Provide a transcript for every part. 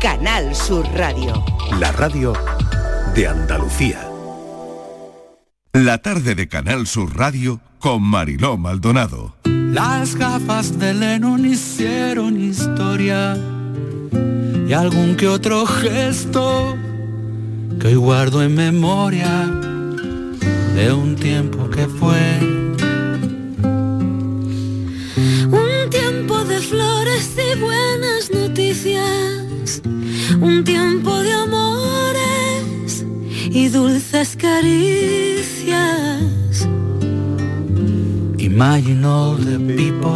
Canal Sur Radio. La radio de Andalucía. La tarde de Canal Sur Radio con Mariló Maldonado. Las gafas de Lennon hicieron historia y algún que otro gesto que hoy guardo en memoria de un tiempo que fue. Un tiempo de flores y buenas noticias, un tiempo de amores y dulces caricias. Imagine all the people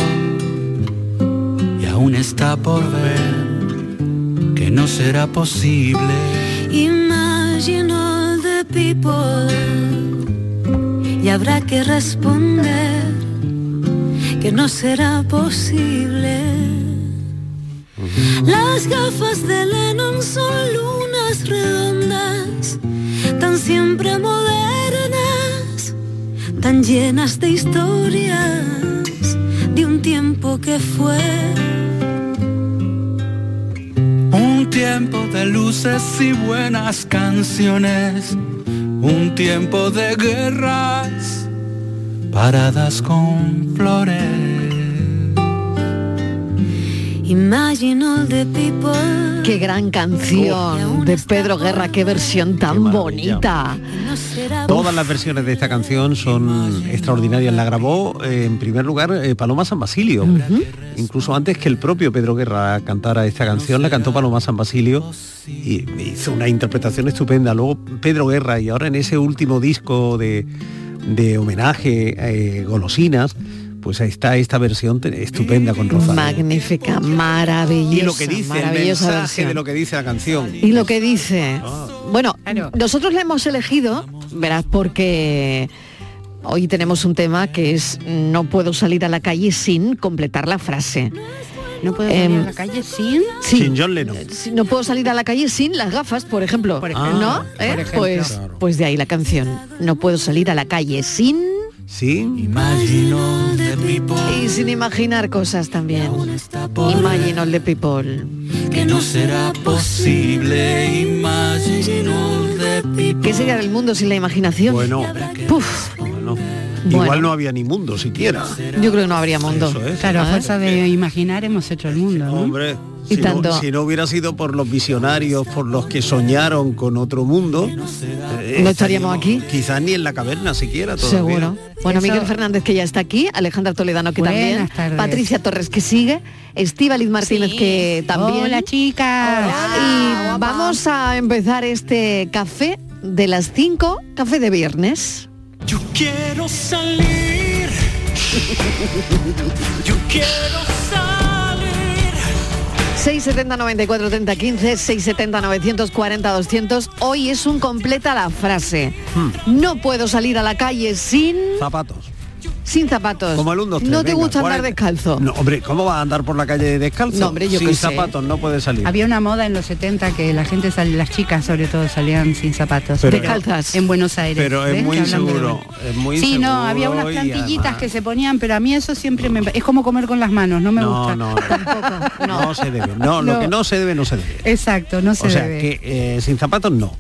y aún está por ver que no será posible. Imagine all the people y habrá que responder que no será posible. Las gafas de Lennon son lunas redondas, tan siempre modernas, tan llenas de historias de un tiempo que fue. Un tiempo de luces y buenas canciones. Un tiempo de guerras, paradas con flores. Imagine all the people Qué gran canción de Pedro Guerra, qué versión tan bonita. Todas las versiones de esta canción son extraordinarias. La grabó, eh, en primer lugar, eh, Paloma San Basilio. Incluso antes que el propio Pedro Guerra cantara esta canción, la cantó Paloma San Basilio y hizo una interpretación estupenda. Luego Pedro Guerra y ahora en ese último disco de, de homenaje eh, Golosinas, pues ahí está esta versión te- estupenda con Rosalía. Magnífica, maravillosa. Y lo que dice, el maravillosa mensaje versión. de lo que dice Ah. la canción. Y lo que dice. Bueno, nosotros la hemos elegido, verás, porque hoy tenemos un tema que es no puedo salir a la calle sin completar la frase. No puedo salir Em, a la calle sin... Sin John Lennon. si no puedo salir a la calle sin las gafas, por ejemplo. ejemplo. ¿No? Ah, ¿Eh? por ejemplo. Pues, pues de ahí la canción. No puedo salir a la calle sin... Sí. Y sin imaginar cosas también. Imagine all the people. Que no será posible. Imagine all the people. ¿Qué sería del mundo sin la imaginación? Bueno. Puf, Bueno, Bueno. Igual no había ni mundo siquiera. yo creo que no habría mundo. Claro, a ¿Eh? fuerza de imaginar hemos hecho el mundo, ¿no? Hombre, Y si, tanto. No, si no hubiera sido por los visionarios, por los que soñaron con otro mundo, eh, No estaríamos aquí. Quizás ni en la caverna siquiera todavía. Seguro. Bueno, Eso- Miguel Fernández que ya está aquí, Alejandra Toledano que Buenas también, tardes. Patricia Torres que sigue, Estíbaliz Martínez que también. Hola, chicas. Y vamos a empezar este café de las 5, café de viernes. Yo quiero salir. Yo quiero salir. 670 94 30 15 670 940 200. Hoy es un completa la frase. No puedo salir a la calle sin Hmm. Zapatos. sin zapatos. Como el 1, 2, 3, no te venga, gusta andar 40. descalzo. No, hombre, ¿cómo vas a andar por la calle descalzo? No, hombre, yo Sin qué sé. zapatos no puedes salir. Había una moda en los 70 que la gente, sal- las chicas sobre todo, salían sin zapatos. Pero- Descalzas. En Buenos Aires. Pero es ¿ves? muy Que hablan de- inseguro. Es muy Sí, no, inseguro había unas y plantillitas además- que se ponían, pero a mí eso siempre me... Es como comer con las manos, no me No, gusta. no, no, no se debe. No, lo No. que no se debe, no se debe. Exacto, no se o sea, debe. que eh, sin zapatos no.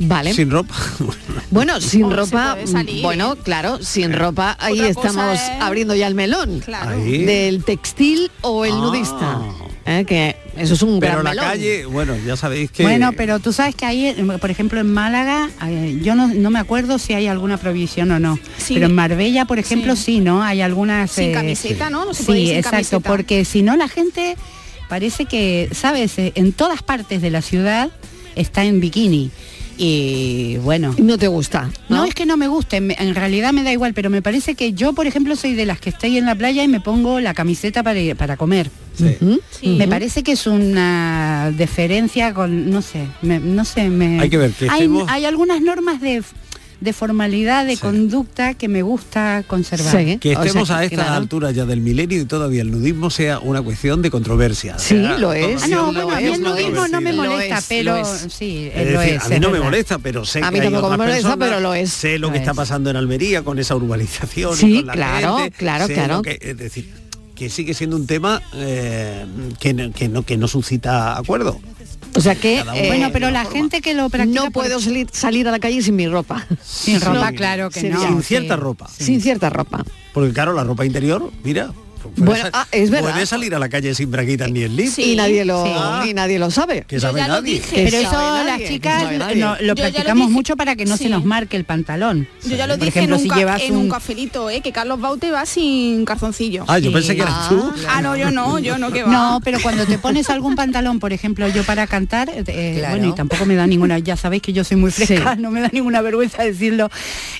Vale. Sin ropa. Bueno, sin Hombre, se ropa, puede salir, bueno, claro, Eh, sin ropa, ahí Otra cosa estamos es- abriendo ya el melón Claro. Ahí. del textil o el nudista, ¿eh? que eso es un Ah. pero gran la melón. calle, bueno, ya sabéis que... Bueno, pero tú sabes que ahí, eh, por ejemplo, en Málaga, eh, yo no, no me acuerdo si hay alguna provisión o no. Sí. Pero en Marbella, por ejemplo, sí, ¿no? Hay algunas... Sin eh, camiseta, ¿no? No se sí, puede ir sin exacto, camiseta. porque si no la gente parece que, ¿sabes? Eh, En todas partes de la ciudad está en bikini. Y bueno... No te gusta, No, ¿no? es que no me guste, me- en realidad me da igual, pero me parece que yo, por ejemplo, soy de las que estoy en la playa y me pongo la camiseta para, ir- para comer. Sí. Sí. Me parece que es una deferencia con, no sé, me- no sé, me... Hay que ver que hay, estemos- hay algunas normas de, de formalidad, de Sí. conducta que me gusta conservar. Sí. Que O sea, estemos a que estas claro. alturas ya del milenio y todavía el nudismo sea una cuestión de controversia. O Sí, sea, lo es. Ah, no, todo bueno, a mí es el lo nudismo es, no me lo molesta, es, pero lo es. sí, Es eh, lo decir, es. a mí es no me verdad. molesta, pero sé A mí que hay tampoco otras me molesta, personas, pero lo es. Sé lo Lo que está es. pasando en Almería con esa urbanización. y Sí, con la claro, gente, claro, sé claro. lo que- es decir, que sigue siendo un tema eh, que, no, que, no, que no suscita acuerdo. O sea que... Cada uno Bueno, pero de la forma. gente que lo practica No puedo salir, salir a la calle sin mi ropa. Sin ropa, claro que no. Sin cierta ropa. Sin cierta ropa. Porque claro, la ropa interior, mira. puede Bueno, sa- ah, es verdad. Puede salir a la calle sin braguitas ni el lip. y nadie lo sí. Ah. y nadie lo sabe. Que sabe ya lo nadie. dije. Pero Que eso sabe las nadie, que chicas eh, sabe no- nadie. lo Yo ya lo practicamos dije. mucho para que no Sí. se nos marque el pantalón. Yo ya lo Por dije ejemplo, en, un si ca- llevas en un un- cafelito, ¿eh? que Carlos Baute va sin calzoncillo. Ah, yo Sí. pensé que eras tú. Ah, no, yo no, yo no, que va. No, pero cuando te pones algún pantalón, por ejemplo, yo para cantar, eh, Claro. bueno, y tampoco me da ninguna, ya sabéis que yo soy muy fresca, no me da ninguna vergüenza decirlo.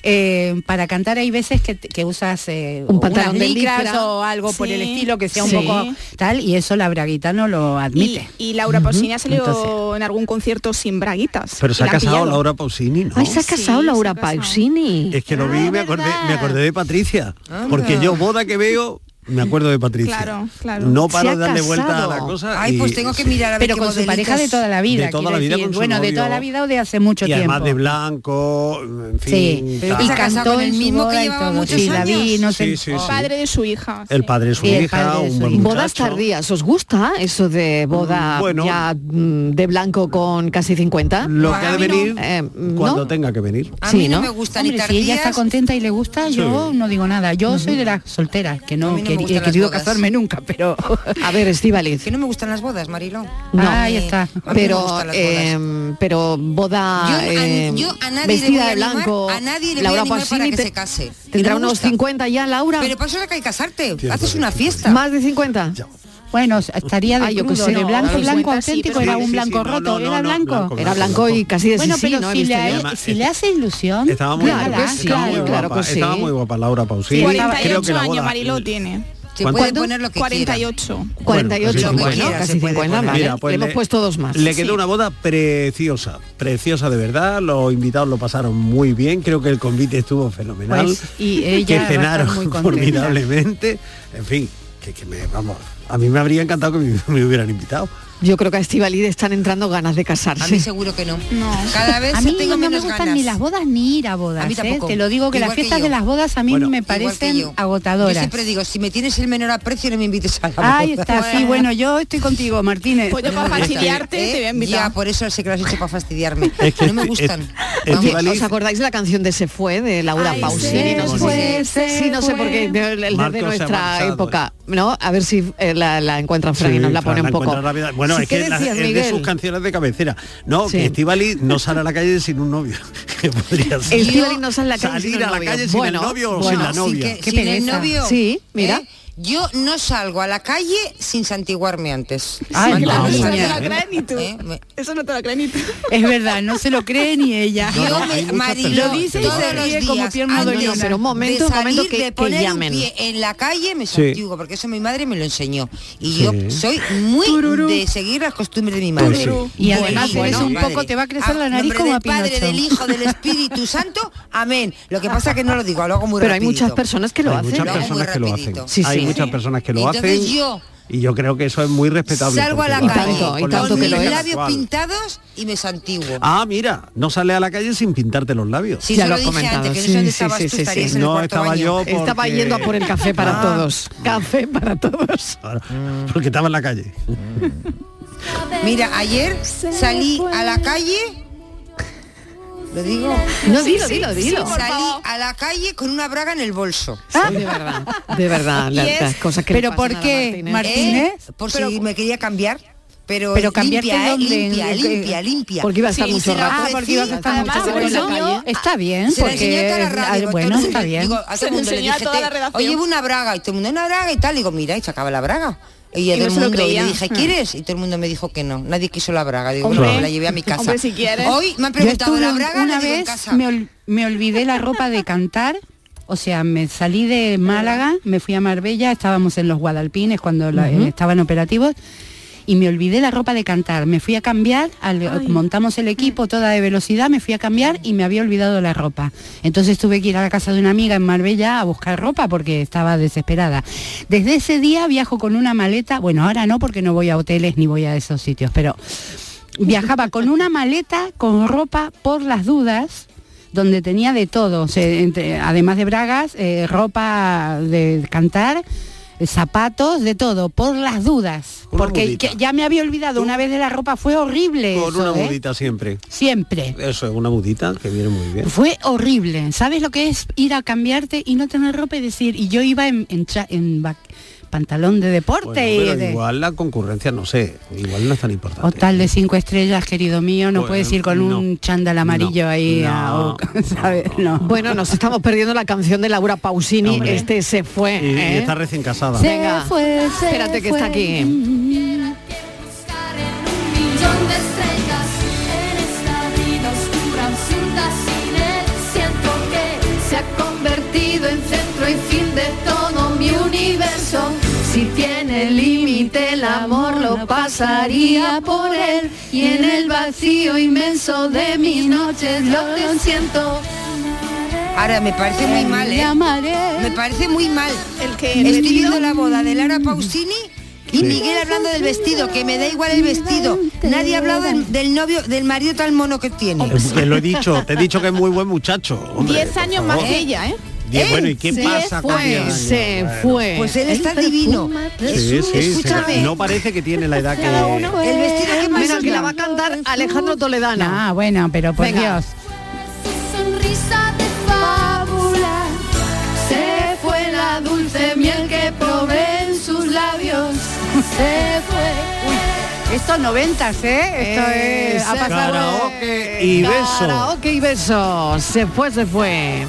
eh, para cantar hay veces que, que usas eh, Un o pantalón unas de licras licra. o algo por el Sí. estilo que sea un Sí. poco tal, y eso la braguita no lo y, admite. y Laura Pausini ha salido Entonces. en algún concierto sin braguitas. Pero y se ha la han casado pillado. Laura Pausini, ¿no? Ay, se ha Sí, casado se ha Laura casado. Pausini. Es que lo vi y me acordé, me acordé de Patricia. Porque yo boda que veo, me acuerdo de Patricia. Claro, claro. No Se paro ha de darle vuelta a casado. la cosa. Ay, y- pues tengo que mirar a ver pero qué con su pareja de toda la vida, De toda quiero la vida decir, con su bueno, de toda novio. la vida o de hace mucho Y tiempo. además de blanco, en fin. Sí, tal. y Se ha casado cantó con el en su mismo que boda y llevaba todo. muchos Sí, la vi, años. no sé. Sí, sí, sí. Padre de su hija. El sí. padre de su Oh. Sí, el hija, padre de un su buen hija. Bodas muchacho. tardías, ¿os gusta eso de boda Mm, bueno. ya mm, de blanco con casi 50? Lo que ha Para de mí no. venir Eh, mm, cuando ¿no? tenga que venir. A Sí, mí no, ¿no? me gusta ni Hombre, si ella está tardías. contenta y le gusta, yo no digo nada. Yo soy de las solteras, que A no, mí no que- me he gustan las querido bodas. casarme nunca, pero... A ver, Estivaliz. Que no me gustan las bodas, Marilón. No. Ahí está. A mí no me Pero, gustan las bodas. eh, pero boda Yo a- eh, yo a nadie le voy vestida a de animar, blanco. a nadie le voy a Laura animar para Pausini que te- se case. Que Tendrá no me unos gusta. 50 ya, Laura. Pero para eso ahora que hay que casarte. Haces una fiesta. ¿Más de 50? Bueno, estaría de, Ah, yo qué crudo, sé, de no, blanco, claro, blanco cincuenta sí, auténtico, pero era sí, un sí, blanco sí, no, roto, no, era no, blanco. blanco, Era blanco y casi de Bueno, sí, pero ¿no? He si, visto le, yo. llama- si le hace ilusión, Estaba muy Claro guapa, que sí, estaba muy claro guapa, que sí. estaba muy guapa Laura Pausini. Creo que 48 la años boda- Mariló tiene. Se ¿Cuánto? puede poner lo que quiera. 48. Bueno, 48, pues bueno, lo que quiera, se casi puede 50, poner. vale. Mira, pues le, hemos puesto dos más. Le quedó una boda preciosa, preciosa de verdad. Los invitados lo pasaron muy bien. Creo que el convite estuvo fenomenal. Pues, y ella va a que estar cenaron muy contenta. formidablemente. En fin, que, que me, vamos, a mí me habría encantado que me, me hubieran invitado. Yo creo que a Estivaliz están entrando ganas de A mí casarse. seguro que no. No. Cada vez a mí tengo no me menos gustan ganas. ni las bodas ni ir a bodas. A mí ¿eh? tampoco. Te lo digo que las Igual que fiestas yo. de las bodas a mí Bueno, me Igual que parecen yo. agotadoras. Yo siempre digo, si me tienes el menor aprecio no me invites a la boda. Ahí está, sí, bueno, yo estoy contigo, Martínez. Pues yo para fastidiarte ¿Eh? te voy a invitar. Ya, por eso sé que lo has hecho para fastidiarme. Es que no me es- gustan. es- Vamos. Oye, Estivaliz- ¿Os acordáis la canción de Se fue de Laura Ay, Pausini? se No sé si- fue, se sí, no sé fue. por qué, de- de- de, Marcos se ha nuestra marchado. época, ¿no? A ver si eh, la, la encuentran Fran y Sí, nos la Fran, pone un poco. encuentra rápida. Bueno, Sí, es ¿qué que la- decías, es de Miguel? sus canciones de cabecera. No, Sí. que Estivali no sale a la calle sin un novio. que podría ser. Estíbaliz no sale a la calle sin Salir un a la novio. calle sin Bueno, el novio o sin bueno. la Así novia. que Qué sin el pereza. novio. Sí, mira. ¿eh? Yo no salgo a la calle sin santiguarme antes. Ay, Sí, madre claro, Eso no sí, te mía. la crees ni tú. ¿Eh? Me- Eso no te la crees ni tú. Es verdad, no se lo cree ni ella. Yo no, hay me muchas Mariló, personas. Lo dice y todos se los ríe días como pierna antes dolida. No, pero un momento, de un momento salir, que- de poner que un llamen. pie en la calle me Sí. santigo porque eso mi madre me lo enseñó y yo soy muy de seguir las costumbres de mi madre. Tururú. Y además eres un poco- te va a crecer la Ah, en nariz nombre como a del Padre, Pinocho. del Hijo, del Espíritu Santo. Amén. Lo que pasa que no lo digo, lo hago muy Pero hay rapidito. muchas personas que lo Hay hacen. muchas Lo hago muy personas que lo hacen. rapidito. Sí, Hay sí. muchas personas que lo Entonces hacen. yo y yo creo que eso es muy respetable. Salgo a la porque, calle tanto, y con la tanto que mis lo es. actual. labios pintados y me santiguo. Ah, mira, no sale a la calle sin pintarte los labios. Si Ya lo se lo has dije comentado. antes, que no Sí, sé dónde sí, estabas sí, tú, sí, estarías sí. en el No cuarto estaba baño. yo porque... Estaba yendo a por el café para Ah. todos. Café para todos. Ahora, Porque estaba en la calle. Mira, ayer salí a la calle. Lo digo. No, dilo, dilo, dilo. salí a la calle con una braga en el bolso. Ah, de verdad, de verdad, las, las cosas que le pero pasan ¿por a la qué, Martínez. Mar- Martínez, ¿Eh? Por pero- si me quería cambiar. Pero, Pero cambiarte limpia, ¿eh? dónde, limpia, en- limpia, limpia. Porque iba a estar Sí, mucho se la rato. Ah, ofrecí, porque ibas a estar además, mucho se tiempo en lo la enseñó- calle. Está bien, Se la enseñé a porque toda la radio. ah, bueno, entonces, está bien. digo, a Se todo el la mundo le enseñó a dije, toda "Te- la redacción". Oye, llevo una braga. Y todo el mundo, una braga y tal. Digo, mira, y se acaba la braga. Y, a Y todo no el se lo mundo, y creía. le dije, Ah. ¿quieres? Y todo el mundo me dijo que no. Nadie quiso la braga. Digo, Hombre, bueno, me la llevé a mi casa. hombre, si quieres. Hoy me han Yo preguntado, estuve ¿la un- braga una la digo en vez casa? me, ol- me olvidé la ropa de cantar. O sea, me salí de Málaga, me fui a Marbella, estábamos en los Guadalpines cuando la- eh, estaban operativos y me olvidé la ropa de cantar. Me fui a cambiar, al- montamos el equipo toda de velocidad, me fui a cambiar y me había olvidado la ropa. Entonces tuve que ir a la casa de una amiga en Marbella a buscar ropa porque estaba desesperada. Desde ese día viajo con una maleta, bueno, ahora no porque no voy a hoteles ni voy a esos sitios, pero viajaba con una maleta con ropa por las dudas donde tenía de todo, o sea, entre- además de bragas, eh, ropa de cantar, zapatos, de todo, por las dudas. Una porque mudita. que- ya me había olvidado una vez de la ropa, fue horrible. Con eso, una ¿eh? mudita siempre. Siempre. Eso es una mudita que viene muy bien. Fue horrible. ¿Sabes lo que es ir a cambiarte y no tener ropa y decir, y yo iba en, en tra- en ba- pantalón de deporte Bueno, y pero de- igual la concurrencia, no sé, igual no es tan importante. Hotel de cinco estrellas, querido mío, no Bueno, puedes ir con un chándal amarillo ahí a- ¿sabes? No. Bueno, nos estamos perdiendo la canción de Laura Pausini, este se fue. Y, y ¿eh? está recién casada. Se Venga, fue, se espérate que está fue. aquí. millón de estrellas en esta vida oscura, oscura sin él. Siento que se ha convertido en centro y fin de todo mi universo. Si tiene límite el amor lo pasaría por él y en el vacío inmenso de mis noches lo siento. Ahora me parece muy mal, ¿eh? Me parece muy mal. El el Estoy vestido- viendo la boda de Lara Pausini y Sí. Miguel hablando del vestido, que me da igual el vestido. Nadie ha hablado del, del novio, del marido tan mono que tiene. Eh, Te lo he dicho, te he dicho que es muy buen muchacho. hombre, Diez por años favor. más que ella, ¿eh? Diez, Él bueno, ¿y qué se pasa con fue, diez años? se Bueno. Eh, fue. Pues él está divino. Sí, sí, sí. escúchame. No parece que tiene la edad que... El vestido que más Menos que la va a cantar Alejandro Toledano. Ah, bueno, pero por Venga. Dios. sonrisa de fábula. Se fue la dulce miel que probé en sus labios. Se fue. Esto noventas, ¿eh? Esto es, ha pasado. Karaoke y beso. eh, Karaoke y beso. Se fue, se fue.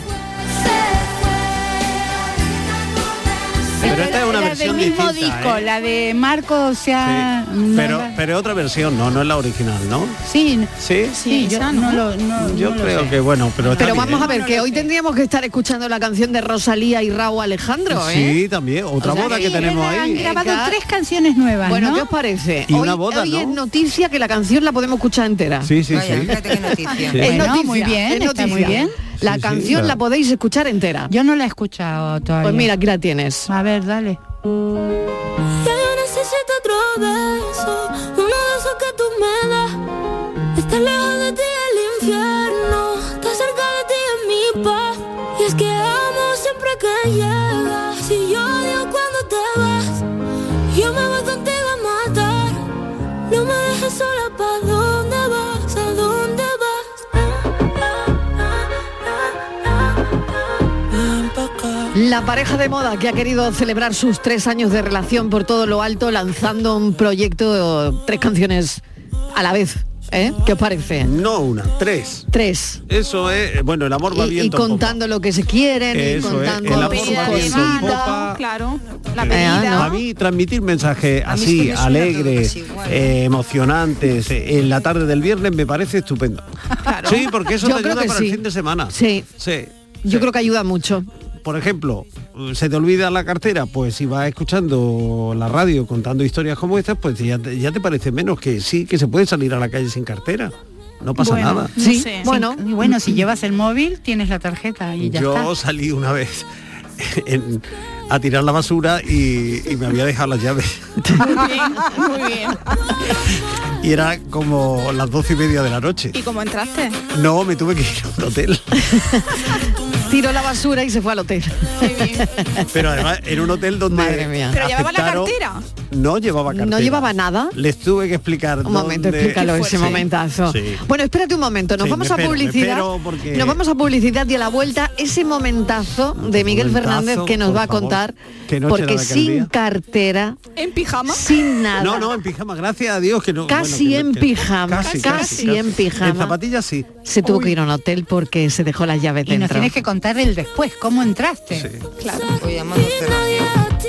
Pero esta es una la versión del mismo distinta, disco, ¿eh? la de Marco, o sea, no Pero, la- pero otra versión, no, no es la original, ¿no? sí, Sí, sí, yo no lo, no- Yo no lo creo sé. que bueno, pero está Pero bien. vamos a ver, que hoy tendríamos que estar escuchando la canción de Rosalía y Raúl Alejandro, ¿eh? Sí, también, otra O sea, boda que que tenemos eh, Han ahí. grabado Venga. tres canciones nuevas, Bueno, ¿no? ¿qué os parece? Y hoy una boda, hoy ¿no? es noticia que la canción la podemos escuchar entera. Sí, sí, Vaya, sí. fíjate qué noticia. Sí. Es Bueno, noticia, muy bien, es está muy noticia. bien. La Sí, sí, canción claro. la podéis escuchar entera. Yo no la he escuchado todavía. Pues mira, aquí la tienes. A ver, dale. Ya yo necesito otro beso, uno de esos que tú me das. Estar lejos de ti el infierno, estar cerca de ti es mi paz. Y es que amo siempre que llegas y yo odio cuando te vas. Yo me voy contigo a matar, no me dejes sola. ¿Pa dónde vas? ¿A dónde vas? La pareja de moda que ha querido celebrar sus tres años de relación por todo lo alto lanzando un proyecto, tres canciones a la vez. ¿eh? ¿Qué os parece? No una, tres. Tres. Eso es, eh, bueno, el amor va Y, bien. y contando lo que se quieren, Eso y es, contando el amor sus va Pedida de Con su cositas. mano, copa. claro. La Ah, Eh, pedida. A mí transmitir mí mensajes es que así, me suena alegres, todo casi igual. eh, emocionantes, eh, en la tarde del viernes me parece estupendo. Sí, porque eso Yo te creo ayuda que para sí. el fin de semana. Sí. Sí. Yo creo que ayuda mucho. Por ejemplo, ¿se te olvida la cartera? Pues si vas escuchando la radio contando historias como estas, pues ya te, ya te parece menos que sí, que se puede salir a la calle sin cartera. No pasa Bueno, nada. no Sí, sé. bueno. Y bueno, si llevas el móvil, tienes la tarjeta y ya Yo está. salí una vez en- a tirar la basura y, y me había dejado las llaves. Muy bien, muy bien. Y era como las doce y media de la noche. ¿Y cómo entraste? No, me tuve que ir a un hotel. Tiró la basura y se fue al hotel. Muy bien. Pero además era un hotel donde. Madre mía. ¿Pero llevaba la aceptaron- cartera? No llevaba cartera. llevaba nada? Les tuve que explicar. Un momento, explícalo ese momentazo. Bueno, espérate un momento, nos Sí, vamos me a espero, me publicidad. espero porque- Nos vamos a publicidad y a la vuelta ese momentazo de Miguel Momentazo, Fernández que nos por va a favor. contar Qué noche porque la de aquel sin día. cartera, ¿En pijama? sin nada. No, no, en pijama, gracias a Dios que no. Casi que- en que- pijama, casi en pijama. En zapatillas sí. Se tuvo que ir a un hotel porque se dejó las llaves Y nos dentro. tienes que contar el después, cómo entraste. Oye, amor, no te rías.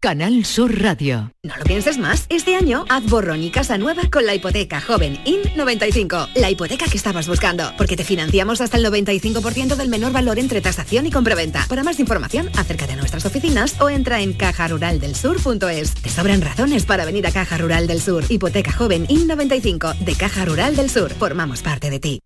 Canal Sur Radio. No lo pienses más, este año haz borrón y casa nueva con la hipoteca joven IN95, la hipoteca que estabas buscando, porque te financiamos hasta el 95% del menor valor entre tasación y compraventa. Para más información, acerca de nuestras oficinas o entra en cajaruraldelsur.es. Te sobran razones para venir a Caja Rural del Sur. Hipoteca joven IN95 de Caja Rural del Sur. Formamos parte de ti.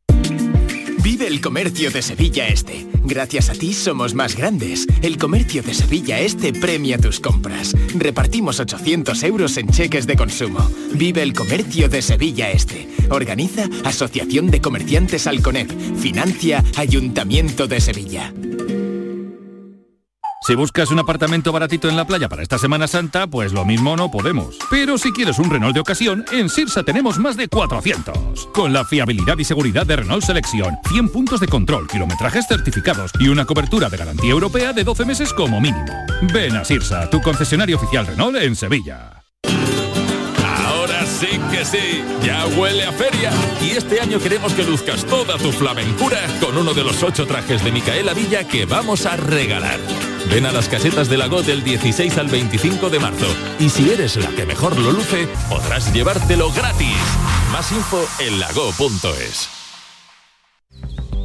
Vive el comercio de Sevilla Este. Gracias a ti somos más grandes. El comercio de Sevilla Este premia tus compras. Repartimos 800 euros en cheques de consumo. Vive el comercio de Sevilla Este. Organiza Asociación de Comerciantes Alconep. Financia Ayuntamiento de Sevilla. Si buscas un apartamento baratito en la playa para esta Semana Santa, pues lo mismo no podemos. Pero si quieres un Renault de ocasión, en Sirsa tenemos más de 400. Con la fiabilidad y seguridad de Renault Selección, 100 puntos de control, kilometrajes certificados y una cobertura de garantía europea de 12 meses como mínimo. Ven a Sirsa, tu concesionario oficial Renault en Sevilla. Ahora sí que sí, ya huele a feria. Y este año queremos que luzcas toda tu flamencura con uno de los ocho trajes de Micaela Villa que vamos a regalar. Ven a las casetas de la GO del 16 al 25 de marzo. Y si eres la que mejor lo luce, podrás llevártelo gratis. Más info en lago.es.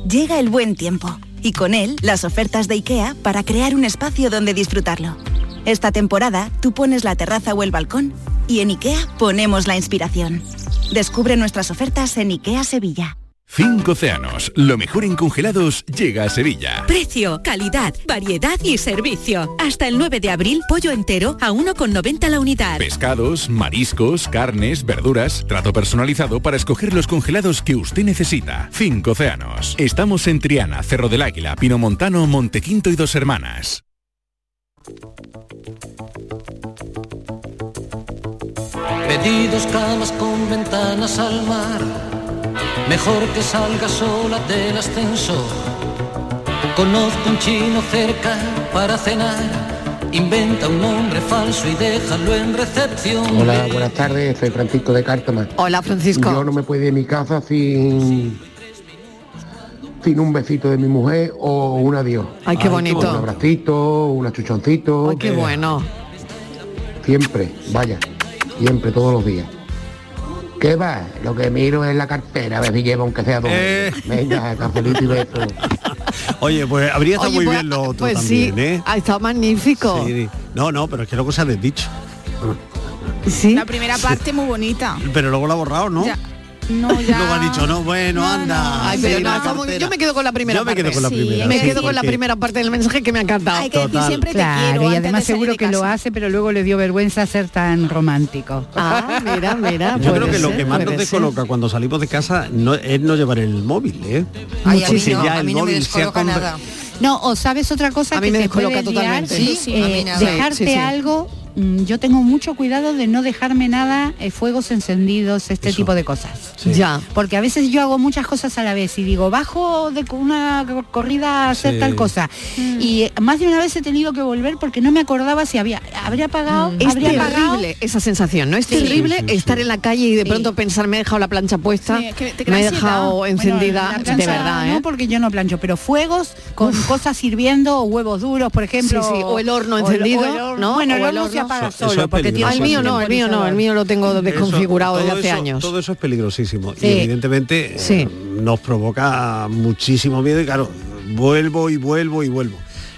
Llega el buen tiempo y con él las ofertas de IKEA para crear un espacio donde disfrutarlo. Esta temporada tú pones la terraza o el balcón y en IKEA ponemos la inspiración. Descubre nuestras ofertas en IKEA Sevilla. Cinco océanos, lo mejor en congelados llega a Sevilla. Precio, calidad, variedad y servicio. Hasta el 9 de abril, pollo entero a 1,90 la unidad. Pescados, mariscos, carnes, verduras, trato personalizado para escoger los congelados que usted necesita. Cinco océanos. Estamos en Triana, Cerro del Águila, Pinomontano, Montequinto y Dos Hermanas. Pedidos camas con ventanas al mar. Mejor que salga sola del ascensor. Conozco un chino cerca para cenar. Inventa un nombre falso y déjalo en recepción. Hola, buenas tardes, soy Francisco de Cártama. Hola, Francisco. Yo no me puedo ir de mi casa sin sin un besito de mi mujer o un adiós. Ay, qué bonito. Un abracito, un achuchoncito. Ay, qué bueno. Siempre, vaya, siempre, todos los días. ¿Qué va? Lo que miro es la cartera, a ver si lleva aunque sea dos. Venga, cafelito y beso. Oye, pues habría estado Oye, muy pues, bien lo otro pues también, sí, ¿eh? ha estado magnífico. Sí. No, no, pero es que luego se ha desdicho. La primera parte muy bonita. Pero luego lo ha borrado, ¿no? Ya. No, ya. Luego ha dicho, no, bueno, anda. Ay, pero sí, no, la estamos- cartera. yo me quedo con la primera Yo me parte. quedo con la Sí, primera, me sí, quedo con la porque- primera parte del mensaje que me ha encantado. que decir Total. siempre te quiero Claro, y antes además seguro que lo hace, pero luego le dio vergüenza ser tan romántico. Ah, mira, mira. Yo creo puede que lo ser, que más nos puede ser. descoloca cuando salimos de casa no, es no llevar el móvil, ¿eh? Ay, a mí Porque no, ya a el mí no me móvil se ha descoloca conver- nada. No, o sabes otra cosa A que mí me te puede descoloca liar, totalmente. Sí, sí, a mí Eh, nada. dejarte Sí, sí, sí. algo. mm, Yo tengo mucho cuidado de no dejarme nada, eh, fuegos encendidos, este tipo de cosas. Ya. Porque a veces yo hago muchas cosas a la vez y digo, bajo de co- una co- corrida a hacer Sí. tal cosa. Y eh, más de una vez he tenido que volver porque no me acordaba si había habría pagado, Es habría terrible pagado. esa sensación, ¿no? Es Sí. terrible Sí, sí, sí. estar en la calle y de pronto pensar, me he dejado la plancha puesta, me he dejado encendida, Bueno, la plancha de verdad, ¿eh? No, porque yo no plancho, pero fuegos con cosas hirviendo, o huevos duros, por ejemplo. Sí, sí, o el horno o el- encendido, o el horno- ¿no? Bueno, O el el horno se horno. apaga Eso- eso solo, es porque tiene peligroso. su Al mío no, el mío no, el mío lo tengo desconfigurado Eso- desde hace todo eso- años. Todo eso es peligrosísimo Sí. y evidentemente eh, nos Ah, provoca muchísimo miedo y claro, vuelvo y vuelvo y vuelvo.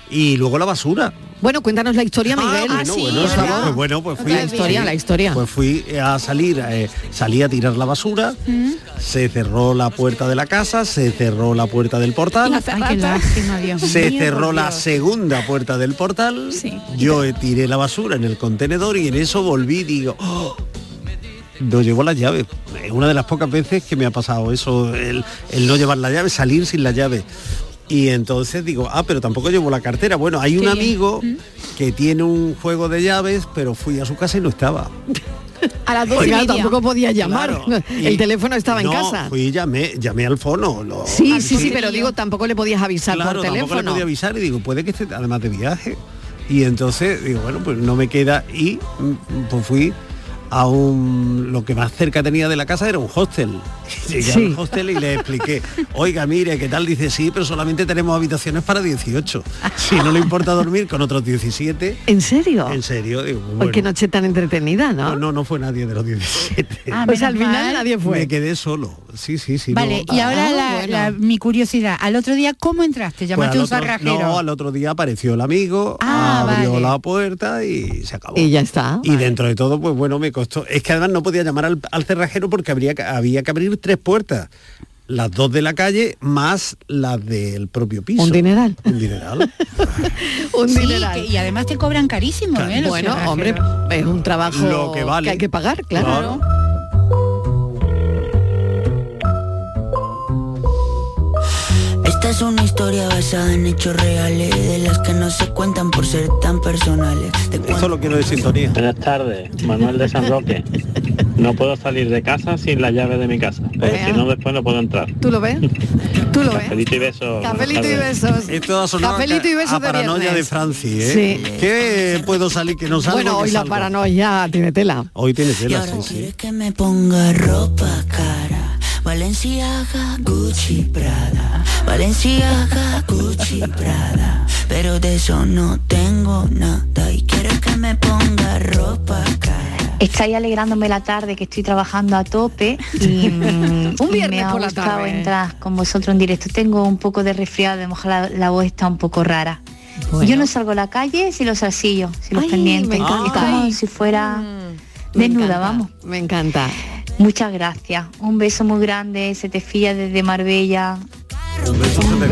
Y luego la basura. Bueno, cuéntanos la historia, Miguel. Ah, bueno, bueno, por favor. pues bueno, pues fui. La historia, la historia. Pues fui a salir, eh, salí a tirar la basura, se cerró la puerta de la casa, se cerró la puerta del portal. Ay, qué lástima, Dios Se mío, cerró por la Dios. segunda puerta del portal. Yo eh, tiré la basura en el contenedor y en eso volví y digo, "Oh, no llevo las llaves. Es una de las pocas veces que me ha pasado eso, el, el no llevar la llave, salir sin la llave. Y entonces digo, ah, pero tampoco llevo la cartera. Bueno, hay un Sí. amigo que tiene un juego de llaves, pero fui a su casa y no estaba. A las dos y media. tampoco podía llamar. Claro, y- El teléfono estaba No, en casa. Fui y llamé, llamé al fono. lo- Sí, sí, sí, pero digo, tampoco le podías avisar claro, por tampoco le teléfono. podía avisar y digo, puede que esté además de viaje. Y entonces digo, bueno, pues no me queda y mm, pues fui a un lo que más cerca tenía de la casa era un hostel. Llegué Sí. al hostel y le expliqué, oiga, mire, ¿qué tal? Dice, sí, pero solamente tenemos habitaciones para 18. Si no le importa dormir con otros 17. ¿En serio? En serio, digo, bueno, Ay, qué noche tan entretenida, ¿no? no, no, no fue nadie de los 17. Ah, Pues al menos final mal. nadie fue. Ah, Me quedé solo. Sí, sí, sí. no. Vale, y ahora la- Ah, la- mi curiosidad. Al otro día, ¿cómo entraste? Pues Llamaste al un otro- cerrajero. No, al otro día apareció el amigo, abrió la puerta y se acabó. Y Ah, ya está. Y dentro de todo, pues bueno, me costó. Es que además no podía llamar al, al cerrajero porque habría, que- había que abrir tres puertas. Las dos de la calle más las del propio piso. Un dineral. Un dineral. Un Sí, dineral. que- y además te cobran carísimo, ¿eh? Los Bueno, cerrajeros. hombre, es un trabajo Lo que vale. hay que pagar, claro. Esta es una historia basada en hechos reales, de las que no se cuentan por ser tan personales. Te Eso lo quiero de sintonía. Buenas tardes, Manuel de San Roque. No puedo salir de casa sin la llave de mi casa, porque si no después no puedo entrar. ¿Tú lo ves? ¿Tú lo ves? Cafelito y besos. buenas Cafelito y tardes. besos. Esto ha sonado Cafelito y a- besos a de paranoia de viernes. Franci, ¿eh? Sí. ¿Qué puedo salir que no salgo? bueno, que hoy la salgo? paranoia tiene tela. Hoy tiene tela, sí, sí. Quieres que me ponga ropa cara, Valenciaga, Gucci, Prada, Valenciaga, Gucci, Prada, pero de eso no tengo nada y quiero que me ponga ropa Estáis alegrándome la tarde que estoy trabajando a tope y mm, Un me viernes ha por la gustado tarde. entrar con vosotros en directo. Tengo un poco de resfriado, a lo mejor la, la voz está un poco rara. Yo no salgo a la calle sin los arcillos, sin los Ay, pendientes. me encanta. Es como Ay. Mm, si fuera me desnuda, encanta, vamos. Me encanta. Muchas gracias. Un beso muy grande. Se te fía desde Marbella.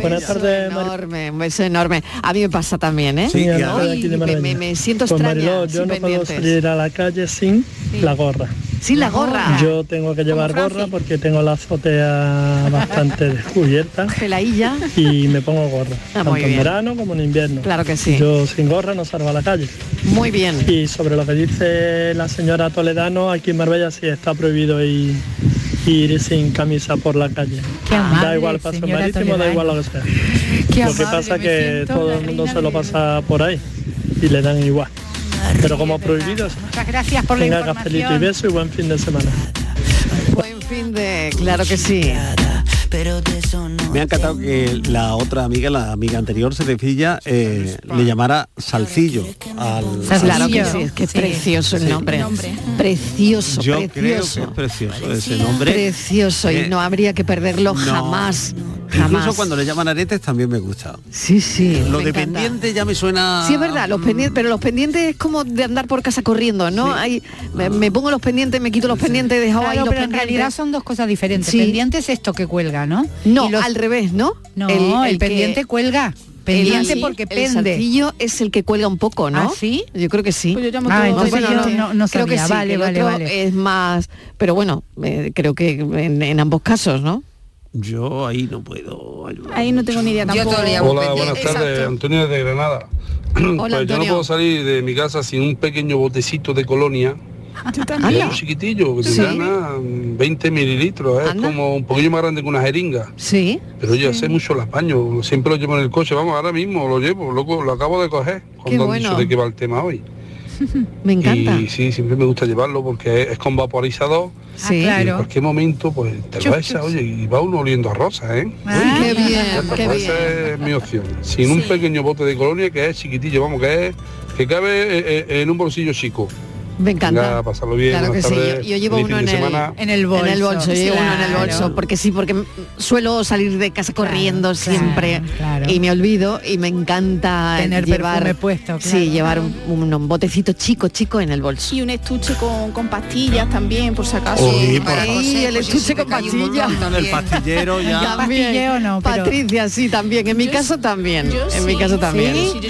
Buenas tardes, enorme, un beso enorme. A mí me pasa también, ¿eh? Sí, Ay, Alfredo, aquí de me, Marbella. me- me siento Pues, extraña. Mariló, yo sin no puedo pendientes. salir a la calle sin la gorra. Sin la gorra. Yo tengo que llevar gorra porque tengo la azotea bastante descubierta. Peladilla. Y me pongo gorra. tanto en Ah, bien. verano como en invierno. Claro que sí. Yo sin gorra no salgo a la calle. Muy bien. Y sobre lo que dice la señora Toledano, aquí en Marbella sí está prohibido ir, ir sin camisa por la calle. Qué da amable, igual paso señora marítimo, da Toledano. igual lo que sea. Qué lo que amable, pasa me que siento todo la el mundo reina se lo del- pasa por ahí y le dan igual. Pero como prohibido, Muchas gracias por la venga cafelito y información. beso y buen fin de semana. Buen fin de, claro que sí. Me ha encantado que la otra amiga, la amiga anterior, se decía, le llamara Salcillo al Claro que sí, es que es Sí. precioso el Sí. nombre. Precioso, Yo creo que precioso. es precioso ese nombre. Precioso y Eh, no habría que perderlo jamás. Jamás. Incluso cuando le llaman aretes también me gusta. Sí, sí. Lo me encanta. dependiente ya me suena. mm. Sí, es verdad, los pendientes, pero los pendientes es como de andar por casa corriendo, ¿no? Hay- me, me pongo los pendientes, me quito los pendientes, dejo ahí Claro, los pero en pendientes. realidad son dos cosas diferentes. Sí. Pendiente es esto que cuelga, ¿no? No, al revés, ¿no? No, El- el, el que- pendiente cuelga. Pendiente porque El pende. zarcillo es el que cuelga un poco, ¿no? ¿Ah, sí? Yo creo que sí. llamo Ah, todo entonces pendiente. yo no- no creo que sabía. sí, Vale, que el vale, otro vale. es más... Pero bueno, eh, creo que en, en ambos casos, ¿no? Yo ahí no puedo. ayudar. Ahí no tengo ni idea tampoco. Hola, buenas tardes, Antonio de Granada. pues yo no Antonio. puedo salir de mi casa sin un pequeño botecito de colonia. que Es un chiquitillo, que Sí. tendrá mm, 20 mililitros, ¿eh? es como un poquillo más grande que una jeringa. Sí. Pero yo hace mucho las baño, siempre lo llevo en el coche, vamos, ahora mismo lo llevo, loco, lo acabo de coger, cuando han dicho bueno. de qué va el tema hoy. Me encanta. Y sí, siempre me gusta llevarlo porque es, es con vaporizador. Sí. Ah, y claro. en cualquier momento pues te lo Chup, echas, oye, y va uno oliendo a rosas, ¿eh? qué bien, qué Pues bien. esa es mi opción. Sin un pequeño bote de colonia que es chiquitillo, vamos, que es que cabe eh, eh, en un bolsillo chico. Me encanta. Venga, pasarlo bien. Claro que buenas sí, yo, tardes, yo llevo feliz fin uno en de el, semana. en el bolso. yo llevo uno en el claro. bolso, porque sí, porque mm, suelo salir de casa corriendo siempre y me olvido y me encanta Tener llevar perfume puesto, Sí, llevar un, un- un botecito chico, chico en el bolso. Y un estuche con, con pastillas también, por si acaso. Sí, por Para favor. José, el pues estuche eso me con cae un montón pastillas. El pastillero ya. También. Pastilleo no, pero- Patricia, sí, también. En mi caso también. en mi caso también. Sí,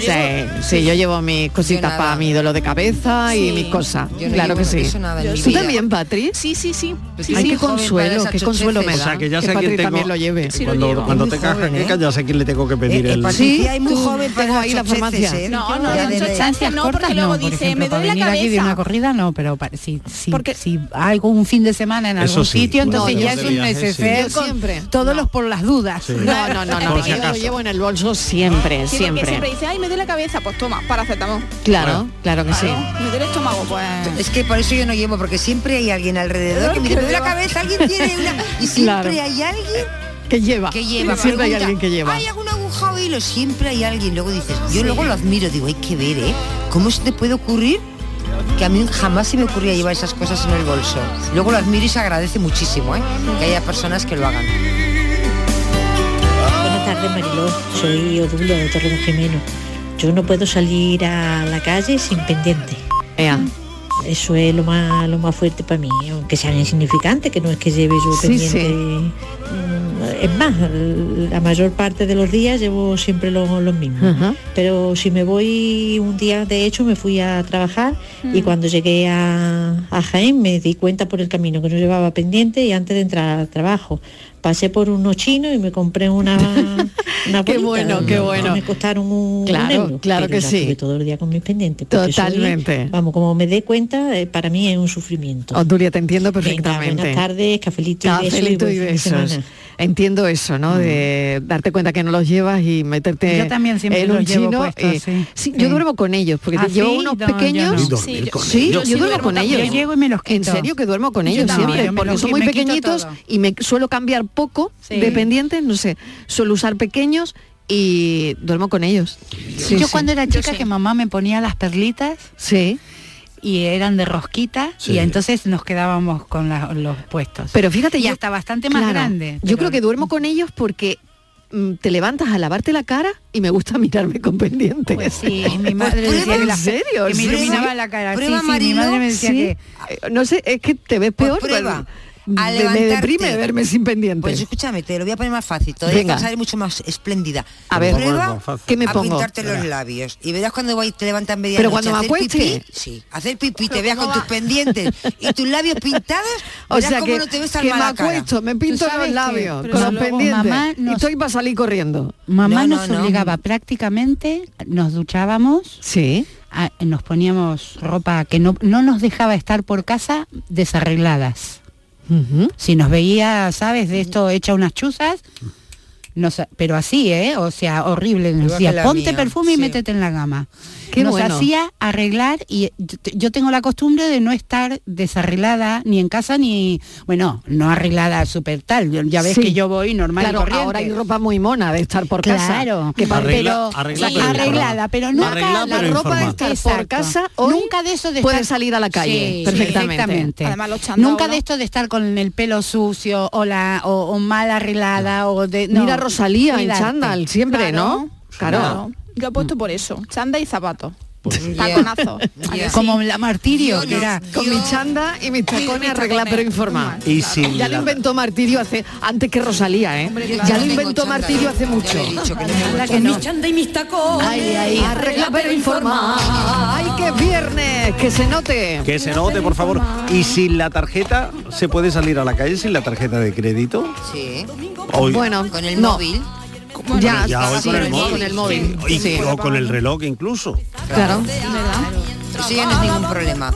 Sí, yo sí, llevo- yo llevo mis cositas para mi dolor de cabeza y mis cosas. yo no claro llevo que sí. eso nada en mi ¿Tú vida. también, Patri? Pues Sí, sí, sí. Sí, Ay, sí, qué joven, para consuelo, esas qué consuelo me chocheces. da. O sea, que ya que sé a quién Patri tengo. también lo lleve. Cuando, cuando te cajas joven, que ¿eh? ya sé a quién le tengo que pedir el. Sí, muy tú, joven para tengo ahí la chocheces, farmacia. ¿eh? No, no, Ya no, de chocheces distancias no, porque cortas luego por dice, ejemplo, me duele para la venir aquí de cabeza. una corrida no, pero para, si, si, si algo un fin de semana en Eso algún sí, sitio, cuando entonces te ya vas es de un viaje, sí. neceser Yo con siempre. todos los por las dudas. Sí. No, no, no, no. Por si yo lo acaso. llevo en el bolso siempre, Sí, porque siempre. siempre dice, ay, me duele la cabeza, pues toma, paracetamol. Claro, claro que sí. Me duele el estómago, pues. Es que por eso yo no llevo, porque siempre hay alguien alrededor que me duele la cabeza, alguien tiene una... Y siempre Claro. hay alguien Que lleva. que lleva. Siempre hay pregunta, alguien que lleva. ¿Hay algún agujado hilo? Siempre hay alguien. Luego dices, yo luego lo admiro, digo, hay que ver, ¿eh? ¿Cómo se te puede ocurrir? Que a mí jamás se me ocurría llevar esas cosas en el bolso. Luego lo admiro y se agradece muchísimo, ¿eh? Que haya personas que lo hagan. Eh, Buenas tardes, Mariló. Soy Odulia de Torre de Jimeno. Yo no puedo salir a la calle sin pendiente. Eso es lo más, lo más fuerte para mí, aunque sean insignificantes, que no es que lleve yo Sí, pendiente. sí. Mm, Es más, la mayor parte de los días llevo siempre lo- los mismos. Ajá. Pero si me voy un día, de hecho, me fui a trabajar y Mm. cuando llegué a, a Jaén me di cuenta por el camino que no llevaba pendiente y antes de entrar al trabajo. Pasé por unos chinos y me compré una, una Qué bolita, bueno, qué que bueno. Me costaron un Claro, euro, claro pero que ya sí. estuve todo el día con mis pendientes. porque soy- Totalmente. vamos, como me dé cuenta, eh, para mí es un sufrimiento. Odulia, Oh, te entiendo perfectamente. Buenas tardes, cafelito y besos y Cafelito buen y fin de besos. semana. Entiendo eso, ¿no? De darte cuenta que no los llevas y meterte Yo también siempre en los un llevo chino. puestos, y- sí. sí, Yo Sí. duermo con ellos, porque ¿Ah, llevo sí? unos No, yo no. pequeños. Y dormir Sí, con sí, ellos. yo Yo duermo duermo con también. ellos. Yo llego y me los En quito. serio que duermo con Yo ellos también, siempre, yo me porque los son quito, muy me quito pequeñitos todo. y me suelo cambiar poco Sí. de pendientes, no sé, suelo usar pequeños y duermo con ellos. Sí, yo sí. cuando era chica que mamá me ponía las perlitas. Sí. Y eran de rosquita Sí. y entonces nos quedábamos con la- los puestos. Pero fíjate, y yo- hasta bastante más Claro. grande. Yo creo que duermo con ellos porque mm, te levantas a lavarte la cara y me gusta mirarme con pendientes. Pues Sí, mi madre decía que Pues en la- serio, que me Sí, iluminaba sí. la cara. Sí, sí, mi madre me decía Sí. que Eh, No sé, es que te ves peor. prueba, pero a de- me levantarte. deprime verme sin pendientes. Pues escúchame, te lo voy a poner más fácil. Todavía Venga. vas a salir mucho más espléndida. A ver. Prueba Más fácil. ¿Qué me a pongo? pintarte los Venga. labios. Y verás cuando voy, te levantas media Pero noche cuando a me hacer acueste. pipí, sí, a hacer pipí, te veas con tus pendientes y tus labios pintados. O verás sea cómo que, no te ves tan que me mala cara. acuesto, me pinto Tú sabes los que- labios, pero con los luego pendientes mamá y nos- estoy para salir corriendo. Mamá No, nos no, no. obligaba prácticamente, nos duchábamos, sí. nos poníamos ropa que no, no nos dejaba estar por casa desarregladas. Si nos veía, ¿sabes? De esto hecha unas chuzas, nos- pero así, ¿eh? O sea, horrible. Nos Igual que decía, la ponte mía, perfume y sí. métete en la gama. Qué nos bueno. hacía arreglar y yo te- yo tengo la costumbre de no estar desarreglada ni en casa ni, bueno, no arreglada súper tal. Ya ves Sí. que yo voy normal. y Claro, corriente. ahora hay ropa muy mona de estar por casa. Claro, Que parece- Arregla- pero- arregla, pero Arreglada, pero no nunca Arregla, la pero ropa de estar informal. por Exacto. casa hoy nunca de eso de puede estar- salir a la calle Sí, perfectamente. perfectamente. nunca de esto de estar con el pelo sucio o la o, o mal arreglada o de no, Mira a Rosalía en cuidarte. chándal siempre, ¿no? Claro. Yo apuesto por eso. Chanda y zapato. Taconazo. Como la martirio, Yo que no- era con mi chanda y mis tacones arreglar pero informal. Y sin ya lo la- inventó Martirio hace antes que Rosalía, ¿eh? ya lo inventó Martirio hace mucho. Mi chanda y mis tacones. Ay, ay, arregla pero informal. Ay, qué viernes, que se note. Que se note, por favor. Y sin la tarjeta, ¿se puede salir a la calle sin la tarjeta de crédito? Sí. Hoy- Bueno, con el no. móvil. Ya, Ya hoy sí, con el sí, móvil. con el móvil. Y- Sí. O con el reloj incluso. Claro. Eso ya no es ningún problema.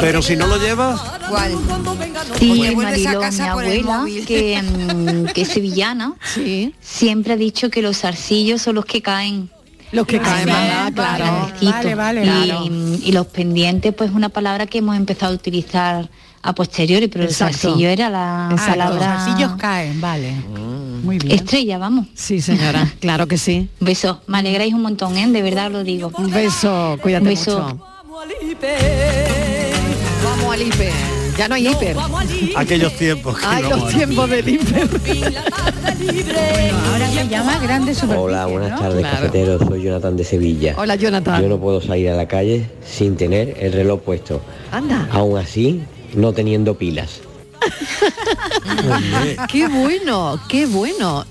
Pero si no lo llevas, ¿Cuál? Sí, Mariló, mi abuela, que, mm, que es sevillana, siempre ha dicho que los zarcillos son los que caen. Los que caen, ah, claro. Vale, vale, y, claro. mm, y los pendientes, pues una palabra que hemos empezado a utilizar a posteriori, pero el Exacto. zarcillo era la Ah, los palabra... zarcillos caen, vale. Muy bien. Estrella, vamos. Sí, señora, claro que sí. Beso, me alegráis un montón, ¿eh? de verdad lo digo. Un beso, cuídate Beso. mucho. hiper. Vamos al hiper. Ya no hay hiper. Aquellos tiempos. que Ay, íbamos los a- tiempos del hiper. Ahora se llama Grande Superficie. Hola, buenas tardes, Claro. cafeteros. Soy Jonathan de Sevilla. Hola, Yo Jonathan. no puedo salir a la calle sin tener el reloj puesto. Anda. Aún así, no teniendo pilas. Eh. Qué bueno, qué bueno.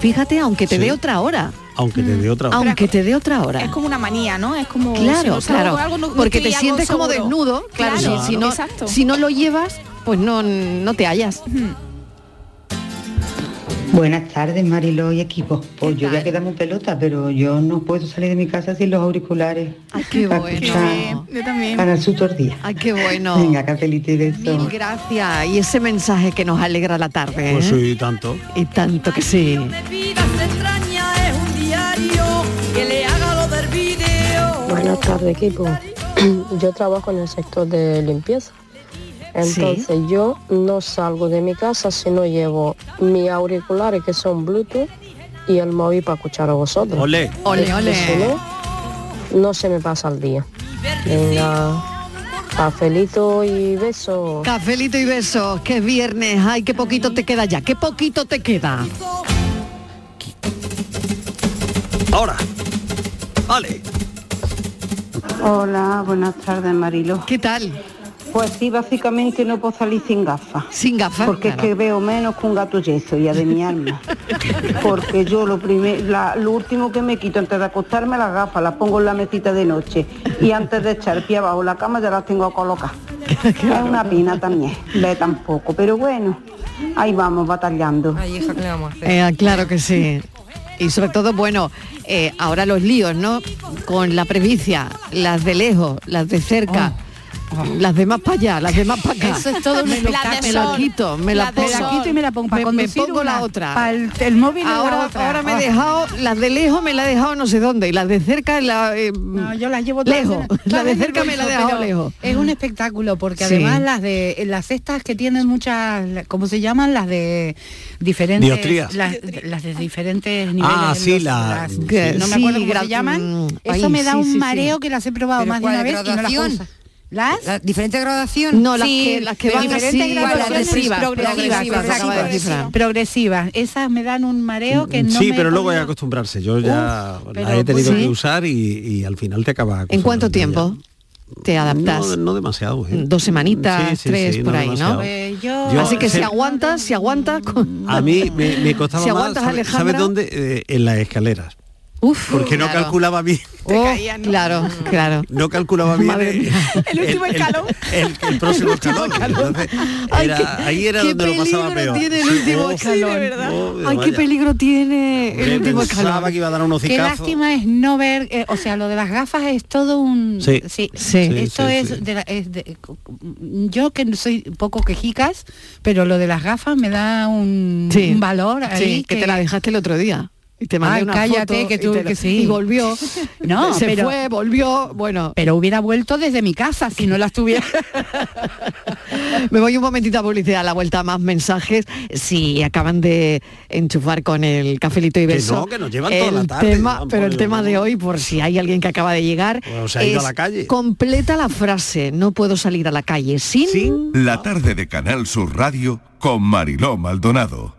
Fíjate, aunque te dé otra hora. Aunque te dé otra. Aunque te dé otra hora. Es como una manía, ¿no? Es como si Claro, no salgo claro. con algo, no- no porque estoy te algo sientes como seguro. desnudo. Claro, Claro, si, si no, exacto. si no lo llevas, pues no, no te hallas. Buenas tardes, Mariló y equipo. Pues yo voy a quedarme en pelota, pero yo no puedo salir de mi casa sin los auriculares. Ay, Ah, qué Para bueno. Yo escuchar Canal Sur todo el día. Ay, qué bueno. Venga, cafelito y beso. Mil gracias. Y ese mensaje que nos alegra la tarde. ¿eh? Pues sí, tanto. Y tanto que sí. extraña es un diario que le haga lo del video. Buenas tardes equipo. Yo trabajo en el sector de limpieza. Entonces yo no salgo de mi casa si no llevo mis auriculares que son Bluetooth y el móvil para escuchar a vosotros. Ole. Porque Ole, ole. si no, no se me pasa el día. Venga, cafelito y besos. Cafelito y besos, que es viernes. Ay, qué poquito te queda ya, qué poquito te queda. Ahora. Vale. Hola, buenas tardes, Marilo. ¿Qué tal? Pues sí, básicamente no puedo salir sin gafas. Sin gafas. Porque claro. es que veo menos que un gato yeso, ya de mi alma. Porque yo lo primer, la- lo último que me quito antes de acostarme las gafas, las pongo en la mesita de noche. Y antes de echar pie abajo la cama ya las tengo colocadas. Es una pena también, ve tampoco. Pero bueno, ahí vamos batallando. Eh, claro que sí. Y sobre todo, bueno, eh, ahora los líos, ¿no? Con la previcia, las de lejos, las de cerca. Las de más para allá, las de más para acá. Oh. Eso es todo un me lo, espectáculo. me lo quito, me la, Me la pongo. quito y me la pongo. Para Me- me conducir pongo la una, otra. para el- el móvil en la ahora, otra. ahora me he Ah. dejado, las de lejos me la he dejado no sé dónde y las de cerca la, eh, yo las llevo todas lejos. en- Las todas de en el cerca me la he bolso, dejado pero lejos. Es un espectáculo porque Sí. además las de las estas que tienen muchas, ¿cómo se llaman? Las de diferentes Dioptrías. Las, las de diferentes niveles. Ah, de sí, los- la- las- sí. no me acuerdo cómo gra- se llaman. mm, Eso ay, me da sí, un sí, sí. mareo que las he probado ¿Pero más de una cuál vez y no las puedo graduación? usar. ¿Las? La- ¿Diferente graduación? No, las que- las que pero van diferente así, graduación las es progresivas, progresiva, progresivas, exacto. acaba de descifrar. Progresivas. Esas me dan un mareo que no Mm, sí, me pero he luego hay que podido- acostumbrarse. Yo ya Uf, la pero, he tenido pues, que sí. usar y, y al final te acabas ¿En cuánto tiempo te adaptas? No, no demasiado. ¿eh? Dos semanitas, Sí, sí, tres, sí, por no ahí, ¿no? demasiado. Yo- Así que sí. si aguantas, si aguantas... con- A mí me, me costaba Si más, aguantas, ¿sabe- ¿sabes, Alejandra? dónde? Eh, en las escaleras. Uf, Porque no claro. calculaba bien. Oh, Claro, claro. No calculaba bien eh, El último escalón. el, el próximo escalón. Entonces, era- ahí era qué donde lo pasaba peligro peor. tiene el Sí, último oh, escalón. oh, Ay, qué vaya. peligro tiene el Hombre, último pensaba escalón. que iba a dar un Qué hocicazo. lástima es no ver, eh, o sea, lo de las gafas es todo un... Sí. Sí. Esto Sí, sí, es, sí. de la- es de- yo que no soy poco quejicas, pero lo de las gafas me da un, Sí. un valor ahí Sí, que te la dejaste el otro día. Y te mandé Ay, una Ah, cállate, foto que y tú- te la- que sí. y volvió. No, se pero- fue, volvió, bueno. Pero hubiera vuelto desde mi casa si no las tuviera. Me voy un momentito a publicidad, a la vuelta más mensajes. Si acaban de enchufar con el cafelito y Que beso. no, que nos llevan toda la el tarde, tema- nos han pero el podido- tema de hoy, por si hay alguien que acaba de llegar, Bueno, se ha ido a la calle. completa la frase, no puedo salir a la calle sin... La tarde de Canal Sur Radio con Mariló Maldonado.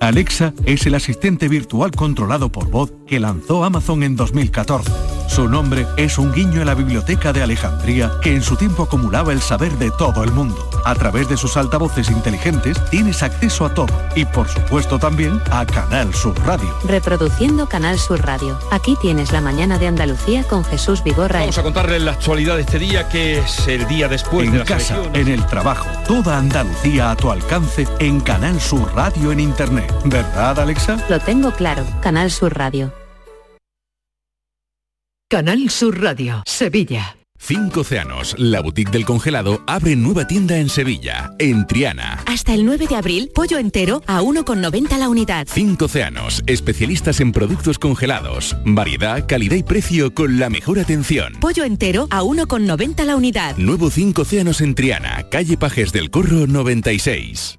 Alexa es el asistente virtual controlado por voz que lanzó Amazon en 2014. Su nombre es un guiño a la biblioteca de Alejandría que en su tiempo acumulaba el saber de todo el mundo. A través de sus altavoces inteligentes tienes acceso a todo y por supuesto también a Canal Sur Radio. Reproduciendo Canal Sur Radio. Aquí tienes la mañana de Andalucía con Jesús Vigorra. Vamos a contarles la actualidad de este día, que es el día después de En las casa, elecciones. en el trabajo, toda Andalucía a tu alcance en Canal Sur Radio en Internet. ¿Verdad, Alexa? Lo tengo claro. Canal Sur Radio. Canal Sur Radio, Sevilla. Cinco Océanos, la boutique del congelado, abre nueva tienda en Sevilla, en Triana. Hasta el 9 de abril, pollo entero a 1,90 la unidad. Cinco Océanos, especialistas en productos congelados, variedad, calidad y precio con la mejor atención. Pollo entero a 1,90 la unidad. Nuevo Cinco Océanos en Triana, calle Pajes del Corro 96.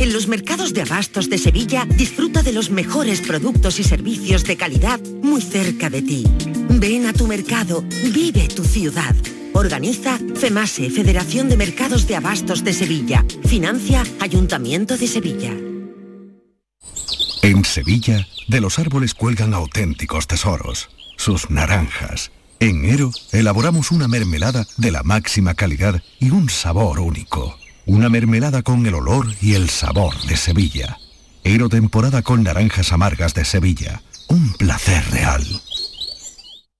En los mercados de abastos de Sevilla disfruta de los mejores productos y servicios de calidad muy cerca de ti. Ven a tu mercado, vive tu ciudad. Organiza FEMASE, Federación de Mercados de Abastos de Sevilla. Financia Ayuntamiento de Sevilla. En Sevilla, de los árboles cuelgan auténticos tesoros, sus naranjas. En Ero elaboramos una mermelada de la máxima calidad y un sabor único. Una mermelada con el olor y el sabor de Sevilla. Ero temporada con naranjas amargas de Sevilla. Un placer real.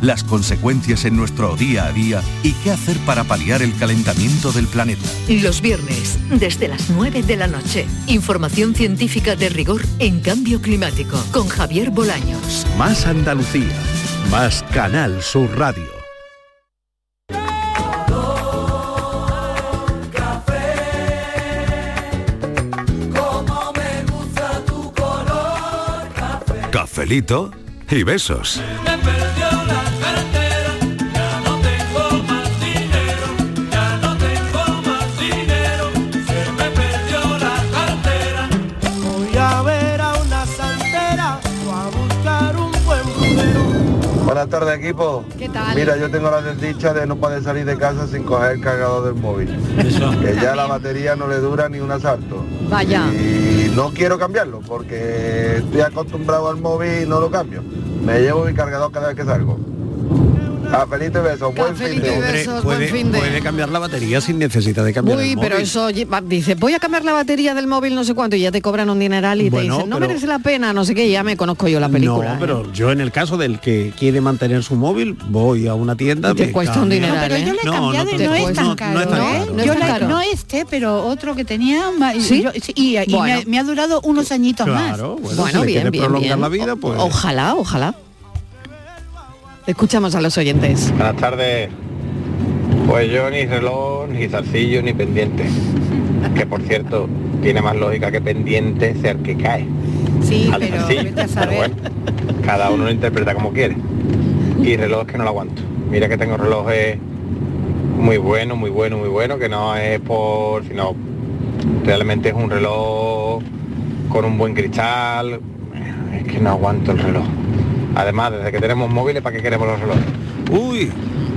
las consecuencias en nuestro día a día y qué hacer para paliar el calentamiento del planeta. Los viernes, desde las 9 de la noche, información científica de rigor en cambio climático con Javier Bolaños. Más Andalucía, más Canal Sur Radio. Como me gusta tu color café. Cafelito y besos. Me perdió la cartera, ya no tengo más dinero, ya no tengo más dinero, se me perdió la cartera. Voy a ver a una santera o a buscar un buen brudero. Buenas tardes equipo. ¿Qué tal? Mira, yo tengo la desdicha de no poder salir de casa sin coger el cargador del móvil. Que ya la batería no le dura ni un asalto. Vaya. Y no quiero cambiarlo porque estoy acostumbrado al móvil y no lo cambio. Me llevo mi cargador cada vez que salgo. Cafelito y besos. Buen fin Cafelito y de... besos, buen Puede, fin de- puede cambiar la batería sin necesidad de cambiar Uy, el pero móvil. eso lle- va- dice, voy a cambiar la batería del móvil no sé cuánto y ya te cobran un dineral y Bueno, te dicen, no pero- merece la pena, no sé qué, ya me conozco yo la película. ¿eh? No, pero yo en el caso del que quiere mantener su móvil, voy a una tienda. Y te me cuesta un cambio. dineral, No, pero ¿eh? yo le he cambiado y te no es cuesta. tan pues No es tan caro, ¿eh? caro. Yo la- no este, pero otro que tenía ma- y- ¿Sí? yo- sí, y, y Bueno. me, me ha durado unos añitos más. Claro, bueno, si le quiere prolongar la vida, O- pues- Ojalá, ojalá. Escuchamos a los oyentes. Buenas tardes. Pues yo ni reloj, ni zarcillo, ni pendiente. Que por cierto, tiene más lógica que pendiente ser que cae. Sí, Al pero zarcillo. vete a saber. Cada uno lo interpreta como quiere. Y reloj que no lo aguanto. Mira que tengo relojes muy buenos, muy buenos, muy buenos, que no es por, sino realmente es un reloj con un buen cristal. Es que no aguanto el reloj. Además, desde que tenemos móviles, ¿para qué queremos los relojes? Uy.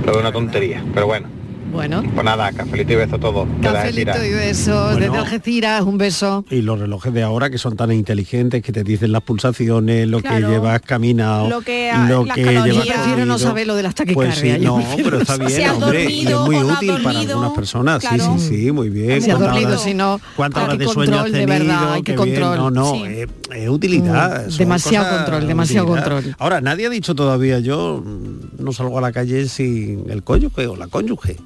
Lo veo una tontería, pero bueno. Bueno, Pues nada, cafelito y beso a todos. Desde felito y Algeciras. besos Bueno. desde Algeciras, un beso. Y los relojes de ahora que son tan inteligentes, que te dicen las pulsaciones, lo Claro. que llevas caminado, Lo que, ah, las llevas calorías. Yo prefiero no comido. saber lo de las Pues sí, taquicardias, yo no, prefiero pero no está saber. bien, Si ha hombre, y es dormido muy o no ha útil para dormido, algunas personas. claro. Sí, sí, sí, muy bien. Si ha ¿Cuántas dormido, horas- si no, ¿Cuántas hay horas que de sueño has control, de tenido? verdad, hay que Qué bien. control. No, no, Sí. es, es utilidad. Mm, son demasiado cosas- control, demasiado control. Ahora, nadie ha dicho todavía, yo mm, no salgo a la calle sin el cónyuge o la cónyuge.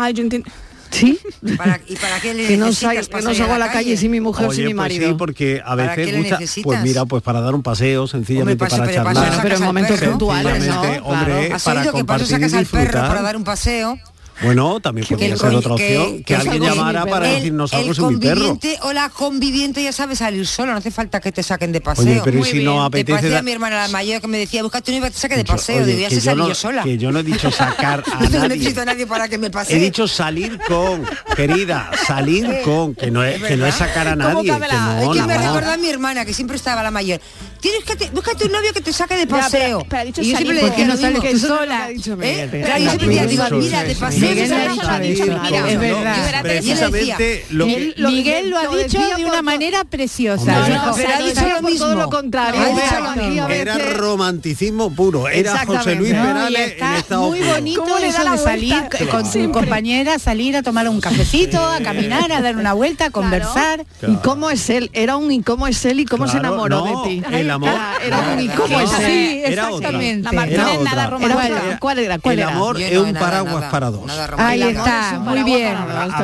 Ah, yo entiendo. ¿Sí. ¿Y para qué Que no, necesitas sal- que para no salir salgo a la calle sin mi mujer, Oye, sin mi pues marido. sí, porque a ¿Para veces qué le gusta, necesitas? pues mira, pues para dar un paseo, sencillamente Hombre, paso- para pero charlar. paso a Bueno, pero en sacas al momentos perro. puntuales, ¿no? Sencillamente, hombre, Claro. ¿Has para oído que paso compartir y sacas al perro disfrutar. para dar un paseo Bueno, también el podría ser con- otra opción que, os alguien salgo sin llamara mi para perro. decir El- nosotros el sin mi perro. conviviente o la conviviente ya sabe salir sola, no hace falta que te saquen de paseo. pero ¿y Muy si no bien. apetece Te paseo dar- a mi hermana la mayor que me decía, búscate un que te saque de Yo, paseo, oye, digo, ya que sé yo salir no- yo sola. que yo no he dicho sacar a Yo no nadie. necesito a nadie para que me pase. He dicho salir con, querida, salir con, que no es, que no es sacar a ¿Cómo nadie. cabe Que la- no, es que me no. recordó a mi hermana que siempre estaba la mayor. Tienes que te- búscate un novio que te saque de pero- paseo. pero ha dicho y yo salir siempre le porque decía no lo sales mismo. tú sola. ¿Eh? Eso, Miguel, Pero venga, yo siempre le Miguel, digo, eso, mira, eso, de eso. paseo Miguel se ha saca dicho sola. eso, Mira, claro. Es verdad. Precisamente lo que- Miguel lo ha dicho de una manera preciosa. Hombre, Dijo, pero ha dicho "Salgo lo por todo mismo". lo contrario. Ha dicho Vea, lo aquí a Era veces- romanticismo puro. Era José Luis No, y Perales en está estado muy puro. bonito ¿Cómo le da eso la de vuelta? salir eh, Claro. con tu Siempre. compañera, salir a tomar un cafecito, a caminar, a dar una vuelta, a conversar. ¿Y cómo es él? Era un ¿y cómo es él? ¿Y cómo se Claro, enamoró no, de ti? el amor- Era, era un ¿y cómo No, es él? sí, Era otra, exactamente. La Martínez era nada otra. romántica. Era ¿Cuál, otra. era? ¿Cuál el era? amor es un paraguas para dos. Ahí está, muy bien.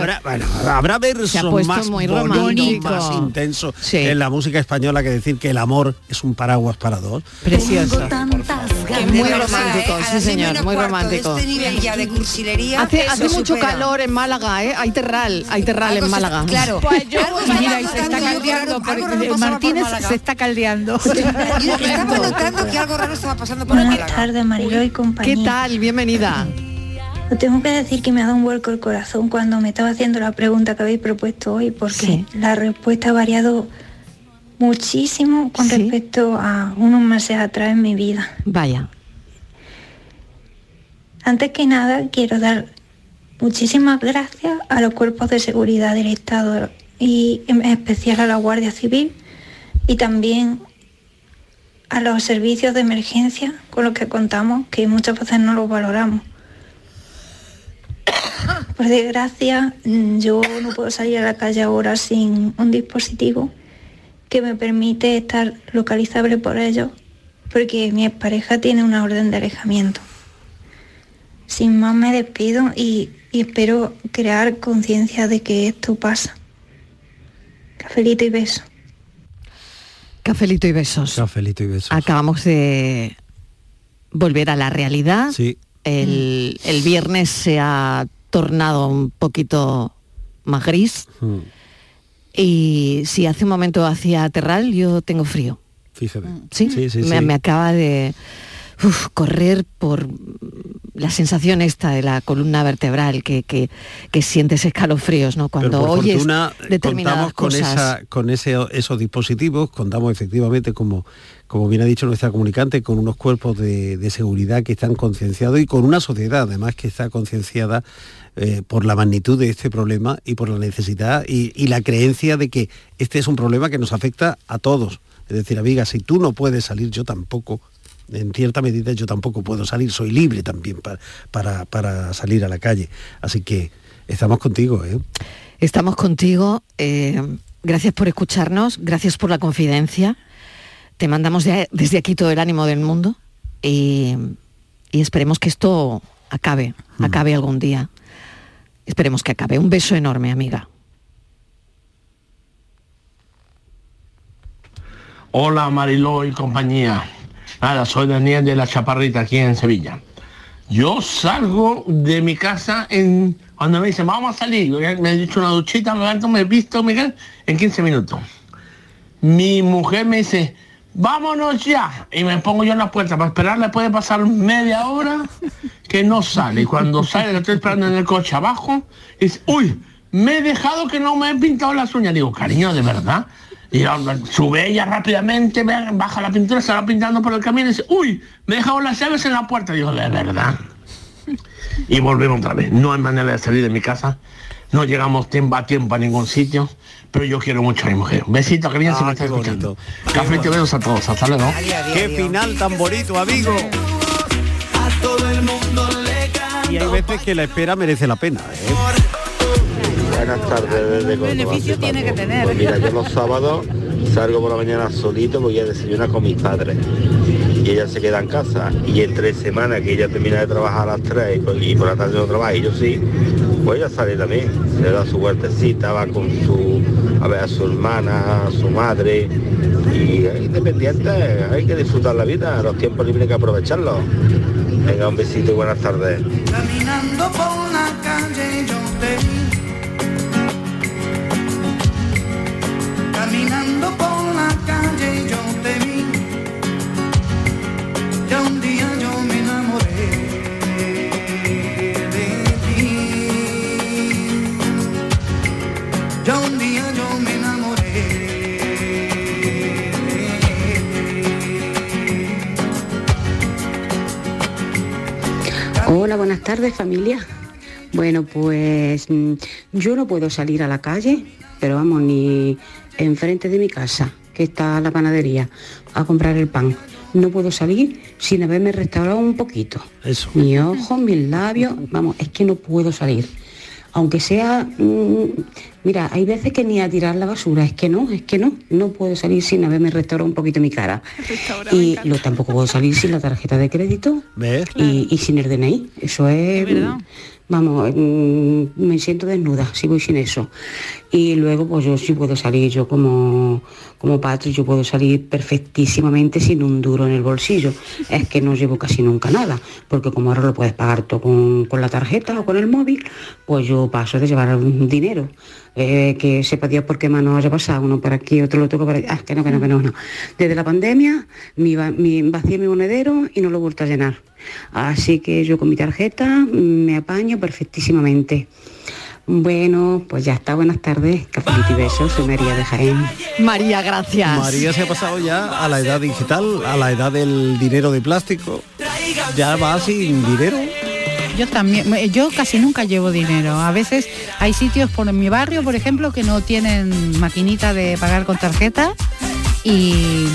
Habrá, bueno, habrá Se ha versos puesto más muy bonitos, romántico. más intensos en la música española que decir que el amor es un paraguas para dos. Precioso. Es muy ¿eh? romántico, sí señor, muy de romántico. Este nivel ya de cursilería. Hace, eso hace mucho supera. calor en Málaga, ¿eh? Hay terral, hay terral en Algo se- Málaga. claro. Pues yo- Algo estaba Mira, y se está notando yo que algo- caldeando, algo porque raro pasaba por Martínez Málaga. se está caldeando. Mira, que estaba notando que algo raro estaba pasando por Buenas Málaga. tardes, Mariló y compañía. ¿Qué tal? Bienvenida. Os tengo que decir que me ha dado un vuelco el corazón cuando me estaba haciendo la pregunta que habéis propuesto hoy, porque la respuesta ha variado muchísimo con respecto a unos meses atrás en mi vida. Vaya. Antes que nada, quiero dar muchísimas gracias a los cuerpos de seguridad del Estado y en especial a la Guardia Civil y también a los servicios de emergencia con los que contamos, que muchas veces no los valoramos. Por desgracia, mm, yo no puedo salir a la calle ahora sin un dispositivo que me permite estar localizable por ellos, porque mi expareja tiene una orden de alejamiento. Sin más me despido y, y espero crear conciencia de que esto pasa. Cafelito y beso. Cafelito y besos. Cafelito y besos. Acabamos de volver a la realidad. Sí. El, el viernes se ha tornado un poquito más gris. Hmm. Mm, Y si hace un momento hacía terral, yo tengo frío. Fíjate. Sí, me, me acaba de uf, correr por la sensación esta de la columna vertebral que, que, que sientes escalofríos, ¿no? Cuando Pero por oyes fortuna determinadas contamos con, cosas. esa, con ese, esos dispositivos, contamos efectivamente, como, como bien ha dicho nuestra comunicante, con unos cuerpos de, de seguridad que están concienciados y con una sociedad además que está concienciada eh, por la magnitud de este problema y por la necesidad y, y la creencia de que este es un problema que nos afecta a todos. Es decir, amiga, si tú no puedes salir, yo tampoco. En cierta medida yo tampoco puedo salir, soy libre también pa- para, para salir a la calle. Así que estamos contigo, ¿eh? Estamos contigo. eh, gracias por escucharnos, gracias por la confidencia. Te mandamos ya desde aquí todo el ánimo del mundo y, y esperemos que esto acabe, Mm. acabe algún día. Esperemos que acabe. Un beso enorme, amiga. Hola Mariló y compañía. Nada, soy Daniel de la Chaparrita aquí en Sevilla. Yo salgo de mi casa en cuando me dicen vamos a salir, yo ya me he dicho una duchita, me levanto, me he visto, me ca- en 15 minutos. Mi mujer me dice, vámonos ya. Y me pongo yo en la puerta para esperarla, puede pasar media hora que no sale. Y cuando sale, la estoy esperando en el coche abajo, y dice, uy, me he dejado que no me he pintado las uñas. Digo, cariño, de verdad. Y la- la- sube ella rápidamente, ve, baja la pintura, se va pintando por el camino y dice, uy, me he dejado las llaves en la puerta. Digo, de verdad. Y volvemos otra vez. No hay manera de salir de mi casa. No llegamos tiempo a tiempo a ningún sitio. Pero yo quiero mucho a mi mujer. Un besito, que bien se me está escuchando. Café y besos a todos. Hasta luego. Qué final tan bonito, amigo. Y hay veces que la espera merece la pena. Buenas tardes desde Córdoba. Beneficio tiene que tener. Pues mira, yo los sábados salgo por la mañana solito, voy a desayunar con mis padres. Y ella se queda en casa. Y entre semana que ella termina de trabajar a las 3 y por- y por la tarde no trabaja, y yo sí, pues ella sale también. Se da su huertecita, va con su, a ver a su hermana, a su madre. Y es independiente, hay que disfrutar la vida, los tiempos libres hay que aprovecharlos. Venga, un besito y buenas tardes. Caminando por una calle. Hola, buenas tardes familia. Bueno, pues mm, yo no puedo salir a la calle, pero vamos, ni enfrente de mi casa, que está la panadería, a comprar el pan. No puedo salir sin haberme restaurado un poquito. Eso. Mi ojo, mis labios, vamos, es que no puedo salir. Aunque sea, mm, mira, hay veces que ni a tirar la basura, es que no, es que no, no puedo salir sin haberme restaurado un poquito mi cara. Y lo, tampoco puedo salir sin la tarjeta de crédito ¿Ves? y, y sin el DNI. Eso es, verdad. mm, vamos, mm, me siento desnuda si voy sin eso. Y luego pues yo sí puedo salir, yo como, como patri, yo puedo salir perfectísimamente sin un duro en el bolsillo. Es que no llevo casi nunca nada, porque como ahora lo puedes pagar todo con, con la tarjeta o con el móvil, pues yo paso de llevar un dinero. Eh, que sepa Dios por qué mano haya pasado, uno para aquí, otro lo toca para allá. Ah, que no, que no, que no, no. Desde la pandemia mi, va- mi, vacié mi monedero y no lo he vuelto a llenar. Así que yo con mi tarjeta mm, me apaño perfectísimamente. Bueno, pues ya está, buenas tardes. Cafelito y besos, soy María de Jaén. María, gracias. María se ha pasado ya a la edad digital, a la edad del dinero de plástico. Ya va sin dinero. Yo también, eh, yo casi nunca llevo dinero. A veces hay sitios por mi barrio, por ejemplo, que no tienen maquinita de pagar con tarjeta y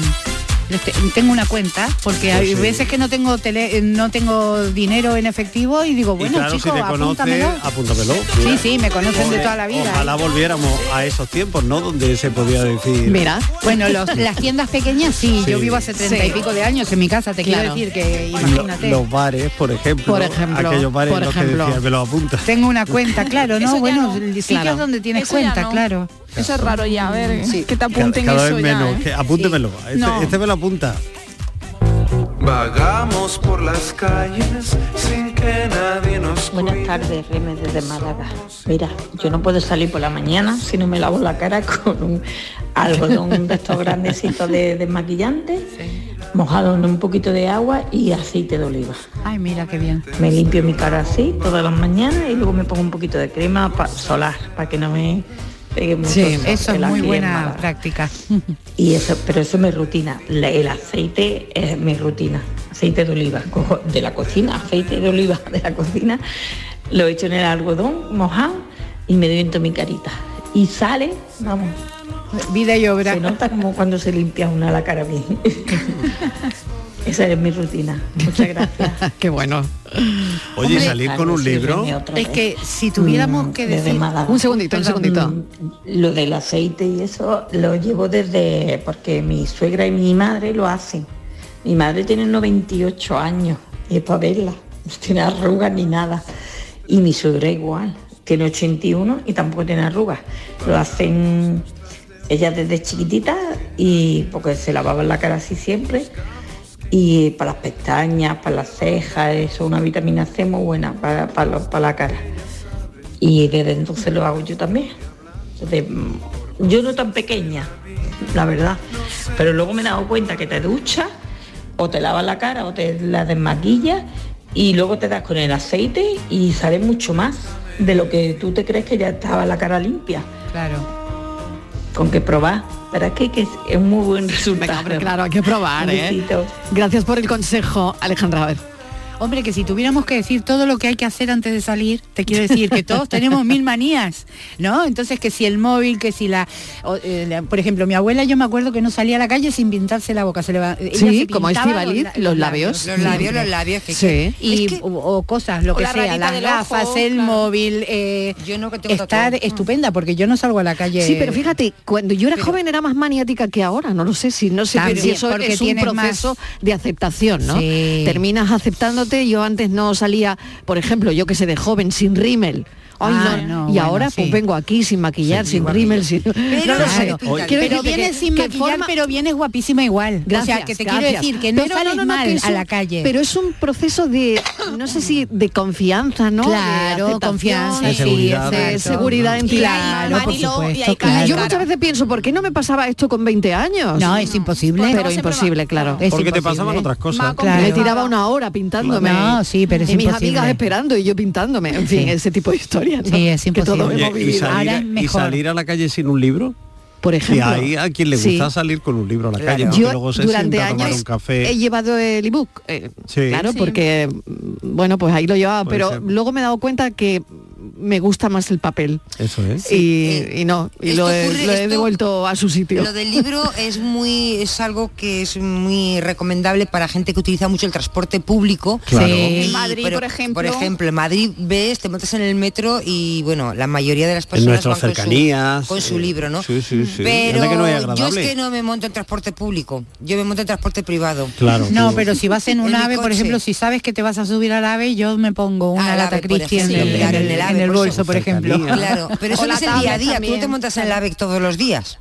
les te- tengo una cuenta porque Pues hay sí. veces que no tengo tele- eh, no tengo dinero en efectivo y digo, bueno, y claro, chicos, si te conoces, apúntamelo. apúntamelo. Sí, sí, me conocen de Ole, toda la vida. ¿eh? Ojalá volviéramos a esos tiempos, ¿no? Donde se podía decir. Mira, ¿eh? bueno, los- las tiendas pequeñas sí, Sí. yo vivo hace treinta y Sí. pico de años en mi casa, te Claro. quiero decir que lo- imagínate. los bares, por ejemplo. Por ejemplo, Aquellos bares por en los que ejemplo. decías, me lo apuntas. Tengo una cuenta, claro, ¿no? Bueno, sitios Claro. donde tienes Eso ya cuenta, no. claro. Eso es raro ya, a ver, que te Cada, apunten cada eso vez ya, menos. ¿eh? que- apúntemelo. Este, No. este me lo apunta. Vagamos por las calles sin que nadie nos Buenas tardes, Remes desde Málaga. Mira, yo no puedo salir por la mañana si no me lavo la cara con un algodón de estos grandecitos de desmaquillante, mojado en un poquito de agua y aceite de oliva. Ay, mira qué bien. Me limpio mi cara así todas las mañanas y luego me pongo un poquito de crema pa- solar para que no me pegue mucho Sí, sol, eso es el muy aquí en buena Málaga. práctica. Y eso, pero eso es mi rutina. La- el aceite es mi rutina. Aceite de oliva, cojo de la cocina, aceite de oliva de la cocina, lo echo en el algodón mojado y me doy en toda mi carita. Y sale, vamos. Vida y obra. Se nota como cuando se limpia una la cara bien. Esa es mi rutina. Muchas gracias. Qué bueno. Oye, Hombre, salir con un Carlos, sí, libro. venía otra Es vez. Mm, que si tuviéramos que desde decir- Málaga. Un segundito, un Perdón, segundito. Lo del aceite y eso lo llevo desde porque mi suegra y mi madre lo hacen. Mi madre tiene 98 años y es para verla, no tiene arrugas ni nada. Y mi suegra igual, tiene 81 y tampoco tiene arrugas. Lo hacen ella desde chiquitita y porque se lavaban la cara así siempre. Y para las pestañas, para las cejas, eso, una vitamina C muy buena para, para lo- para la cara. Y desde entonces lo hago yo también. Desde, mm, yo no tan pequeña, la verdad. Pero luego me he dado cuenta que te duchas, o te lavas la cara, o te la desmaquillas, y luego te das con el aceite y sale mucho más de lo que tú te crees que ya estaba la cara limpia. Claro. Con que probar. Pero es que, que es- es muy buen resultado. claro, hay que probar, Un ¿eh? besito. Gracias por el consejo, Alejandra. A ver. Hombre, que si tuviéramos que decir todo lo que hay que hacer antes de salir, te quiero decir que todos tenemos mil manías, ¿no? Entonces que si el móvil, que si la, o, eh, la- por ejemplo, mi abuela yo me acuerdo que no salía a la calle sin pintarse la boca, se le va, ella Sí, se como pintaba Estíbaliz, la- los labios. los labios, los labios, que- que- Sí. y o, o cosas, lo o que la sea, rayita las del gafas, ojo, el claro. móvil, eh, estar estupenda porque yo no salgo a la calle. Sí, pero fíjate, cuando yo era joven era más maniática que ahora, no lo sé si no sé pero También, eso porque es un tienes más- proceso de aceptación, ¿no? Sí. Terminas aceptándote, yo antes no salía, por ejemplo, yo que sé, de joven sin rímel. Ay, Ah, no. no, y bueno, ahora pues sí. vengo aquí sin maquillar, sin rímel, sin no lo sé. Claro, Quiero pero decirte que- vienes sin que maquillar, forma- pero vienes guapísima igual. o sea, que te quiero gracias. decir que no Pero sales mal que es a un- la calle. Pero es un proceso de, no sé si de confianza, ¿no? De Claro, aceptación, confianza, de sí, seguridad, de exacto. seguridad en ti. Y hay Claro, por Mariló, supuesto, y hay cara Yo cara. muchas veces pienso, ¿por qué no me pasaba esto con 20 años? Pues No, es imposible. Porque Pero Pues no siempre imposible, claro. Porque Es te imposible. pasaban otras cosas. Más Claro. Me complicado. tiraba una hora pintándome. No, sí, pero es y mis imposible. amigas esperando y yo pintándome. En fin, ese tipo de historias. ¿no? Sí, es Que todos imposible. hemos Oye, y, vivido. salir, Ahora es y mejor. salir a la calle sin un libro. por ejemplo. Y hay a quien le Sí. gusta salir con un libro a la calle, aunque Yo luego se durante sienta a tomar años un café. he llevado el ebook, eh, Sí. claro, Sí. porque mm, bueno, pues ahí lo llevaba, Puede pero ser. luego me he dado cuenta que me gusta más el papel Eso es. y, y no, y esto lo he, ocurre- lo he esto- devuelto a su sitio. Lo del libro es muy es algo que es muy recomendable para gente que utiliza mucho el transporte público. Claro. Sí. Y, En Madrid, por ejemplo. Por ejemplo, en Madrid ves, te montas en el metro y bueno, la mayoría de las en personas nuestras van con su- cercanías. con su, eh, libro, ¿no? Sí, sí, sí. Pero Anda que no es yo es agradable. que no me monto en transporte público, yo me monto en transporte privado. Claro, No, pero si vas en un mi ave, por coche. ejemplo, si sabes que te vas a subir al ave, yo me pongo una lata Christie en, el- en el- en el bolso, por ejemplo. Claro, pero eso O no la es el día a tablet día, tú no también. te montas en el AVE todos los días.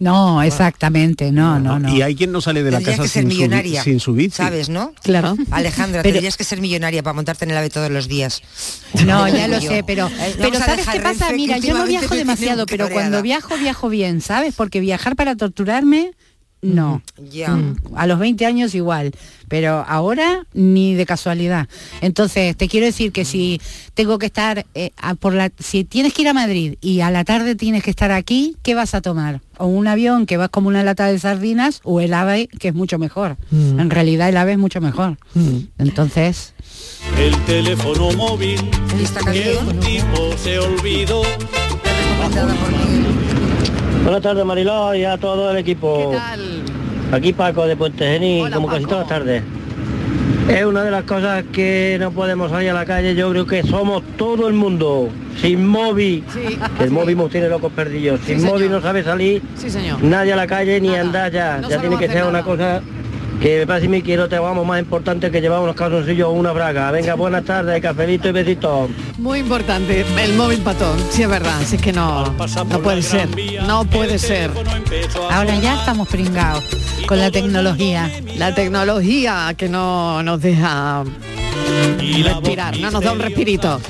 No, exactamente, no, no, no. Y hay quien no sale de la Tendrías casa que ser sin su, bi- millonaria, sin su bici. ¿sabes, no? Claro. Alejandra, Pero- tendrías que ser millonaria para montarte en el AVE todos los días. No, Te ya digo lo yo. sé, pero, Eh, pero vamos a ¿sabes dejar qué pasa? Renfe, Mira, que yo no últimamente me viajo tiene demasiado, pero cuando cabreada. viajo, viajo bien, ¿sabes? Porque viajar para torturarme, no. Ya. Mm, A los 20 años igual, pero ahora ni de casualidad. Entonces, te quiero decir que si tengo que estar, eh, a por la, si tienes que ir a Madrid y a la tarde tienes que estar aquí, ¿qué vas a tomar? O un avión que vas como una lata de sardinas o el ave, que es mucho mejor. Mm. En realidad el ave es mucho mejor. Mm. Entonces... El teléfono móvil que un tipo se olvidó. Buenas tardes Mariló y a todo el equipo. Aquí Paco de Puente Genil, como casi todas las tardes. Es una de las cosas que no podemos salir a la calle, yo creo que somos todo el mundo, sin móvil. Que el móvil nos tiene locos perdidos. Sin móvil no sabe salir Sí, señor. nadie a la calle ni andar ya. No ya tiene sabemos que hacer ser una cosa que me parece a mí que no te vamos más importante que llevar unos calzoncillos o una braga. Venga, buenas tardes, cafelito y besitos. Muy importante, el móvil patón, sí es verdad, si es que no, no puede ser, no puede ser. Ahora ya estamos pringados con la tecnología. La tecnología que no nos deja respirar, no nos da un respirito.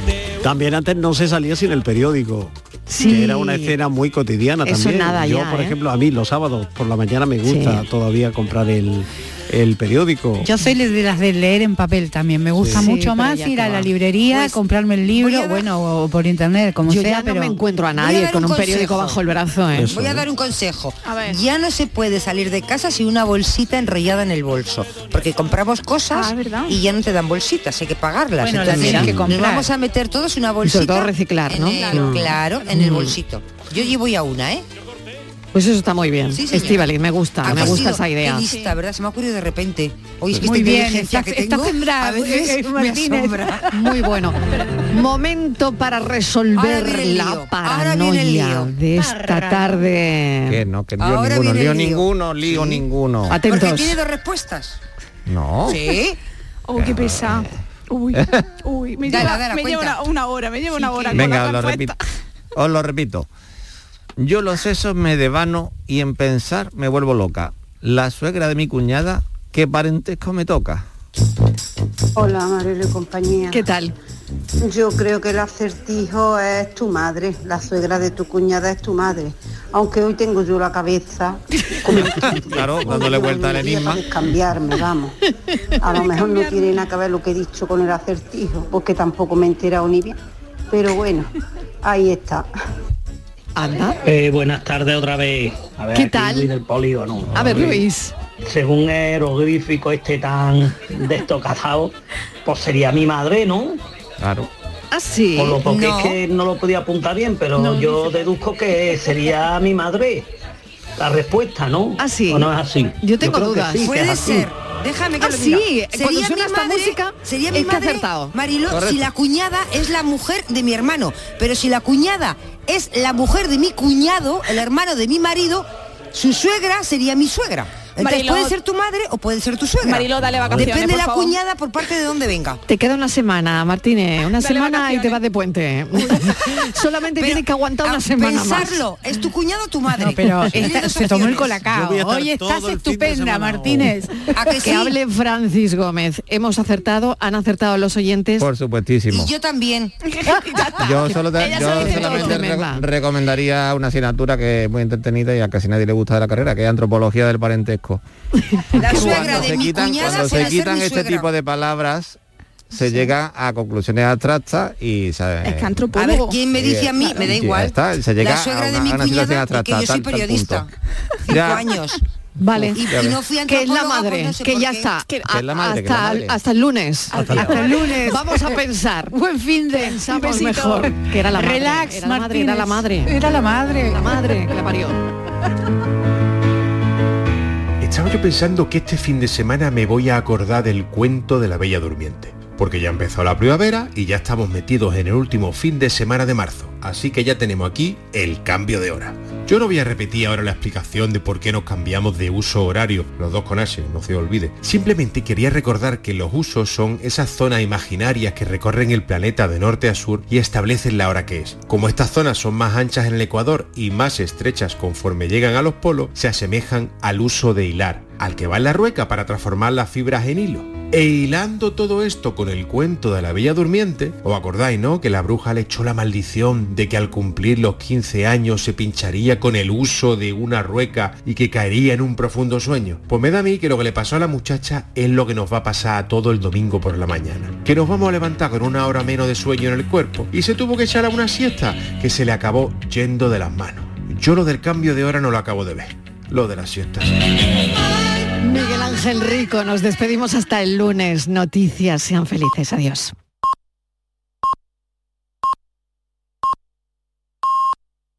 También antes no se salía sin el periódico. Sí. Que era una escena muy cotidiana Eso también. nada Yo, ya, por ¿eh? ejemplo, a mí los sábados por la mañana me gusta Sí. todavía comprar el, el periódico. Yo soy de las de leer en papel también. Me gusta Sí, mucho pero más ya ir a la acaba. librería, Pues, comprarme el libro, bueno, o por internet, como Yo sea, ya no pero me encuentro a Voy a nadie dar con un, periódico consejo. bajo el brazo, ¿eh? Voy a dar un consejo. Ya no se puede salir de casa sin una bolsita enrollada en el bolso, porque compramos cosas y ya no te dan bolsitas, hay que pagarlas. Ah, Bueno, las Entonces, tienes que nos comprar. vamos a meter todos una Y bolsita. sobre todo reciclar, ¿no? en el- Mm. claro, en el Mm. bolsito. Yo llevo ya una, ¿eh? Pues eso está muy bien. Sí, señor. Estivali, me gusta, Ah, me ha gusta sido- esa idea. qué lista, ¿verdad? Se me ha ocurrido de repente. Hoy es que Muy esta bien, inteligencia estás- que estás tengo sembrada, a veces eh, me Martínez. asombra. Muy bueno. Momento para Ahora resolver viene el la lío, ahora viene el paranoia lío. de esta tarde. Que no, que lío Ahora ninguno, viene lío, el lío. ninguno, lío ninguno. Porque tiene dos respuestas. No. Sí. Oh, qué pesado. Uy, uy, me Dala, lleva, dala, me lleva cuenta. una, una hora, me lleva una hora. con la Venga, lo respuesta. repito. Os lo repito. Yo los sesos me devano y en pensar me vuelvo loca. La suegra de mi cuñada, ¿qué parentesco me toca? Hola, Marelo y compañía. ¿Qué tal? Yo creo que el acertijo es tu madre, la suegra de tu cuñada es tu madre. Aunque hoy tengo yo la cabeza Claro, dándole vuelta al enigma. para cambiarme, vamos. A lo mejor no tiene nada que ver lo que he dicho con el acertijo, porque tampoco me he enterado ni bien. Pero bueno, ahí está. Eh, buenas tardes otra vez. A ver, ¿Qué aquí tal? Luis del polígono. A ver, Luis. Según el aerográfico este tan destocazado, pues sería mi madre, ¿no? Claro. Ah, sí. Por lo poco No. es que no lo podía apuntar bien, pero yo deduzco que sería mi madre. La respuesta, ¿no? Así. ¿O no es así? Ah, Yo tengo creo que dudas. sí, que es Puede así. ser. Déjame que Ah, lo sí, diga. cuando suena esta música, sería mi es que madre, acertado. Mariló, Correcto. si la cuñada es la mujer de mi hermano, pero si la cuñada es la mujer de mi cuñado, el hermano de mi marido, su suegra sería mi suegra. Entonces Mariló- puede ser tu madre o puede ser tu suegra. Mariló, dale vacaciones, Depende por la favor. cuñada por parte de dónde venga. Te queda una semana, Martínez, una semana y te vas de puente. Solamente tienes que aguantar una semana Pensarlo, ¿es tu cuñado o tu madre? No, pero Tienes esta- dos se tomó el opciones. colacao. Yo voy a estar Hoy estás todo el fin de estupenda, semana. Martínez. ¿A que más. sí? Que hable Francis Gómez. Hemos acertado, han acertado los oyentes. Por supuestísimo. Y yo también. Yo, solo te- yo solamente re- recomendaría una asignatura que es muy entretenida y a casi nadie le gusta de la carrera, que es antropología del parentesco. La suegra Cuando de se mi quitan, cuñada cuando suele se ser quitan mi este suegra. tipo de palabras, se llega a conclusiones abstractas y ¿sabes? Es que A ver, ¿quién me dice a mí? Me da Ya igual. está, se llega la suegra a una- de mi a una situación cuñada, es que abstracta, yo soy tal- tal periodista. punto. Cinco Ya. años. Vale. Y, y no fui que es la antropóloga, madre, pues no sé que por ya qué. está. Que- A- es la madre, que es la hasta, madre. hasta el lunes. Hasta el el lunes. Vamos a pensar. Buen fin de pensamos besito. mejor. Que era la madre. Relax, era la madre, era la Martínez. madre. Era la madre. La madre que la parió. Estaba yo pensando que este fin de semana me voy a acordar del cuento de la Bella Durmiente, porque ya empezó la primavera y ya estamos metidos en el último fin de semana de marzo, así que ya tenemos aquí el cambio de hora. Yo no voy a repetir ahora la explicación de por qué nos cambiamos de uso horario, los dos con H, no se olvide. Simplemente quería recordar que los usos son esas zonas imaginarias que recorren el planeta de norte a sur y establecen la hora que es. Como estas zonas son más anchas en el Ecuador y más estrechas conforme llegan a los polos, se asemejan al uso de hilar, al que va en la rueca para transformar las fibras en hilo. E hilando todo esto con el cuento de la Bella Durmiente, ¿os acordáis, no? Que la bruja le echó la maldición de que al cumplir los 15 años se pincharía con el uso de una rueca y que caería en un profundo sueño. Pues me da a mí que lo que le pasó a la muchacha es lo que nos va a pasar a todo el domingo por la mañana. Que nos vamos a levantar con una hora menos de sueño en el cuerpo y se tuvo que echar a una siesta que se le acabó yendo de las manos. Yo lo del cambio de hora no lo acabo de ver. Lo de las siestas. Miguel Ángel Rico, nos despedimos hasta el lunes. Noticias, sean felices. Adiós.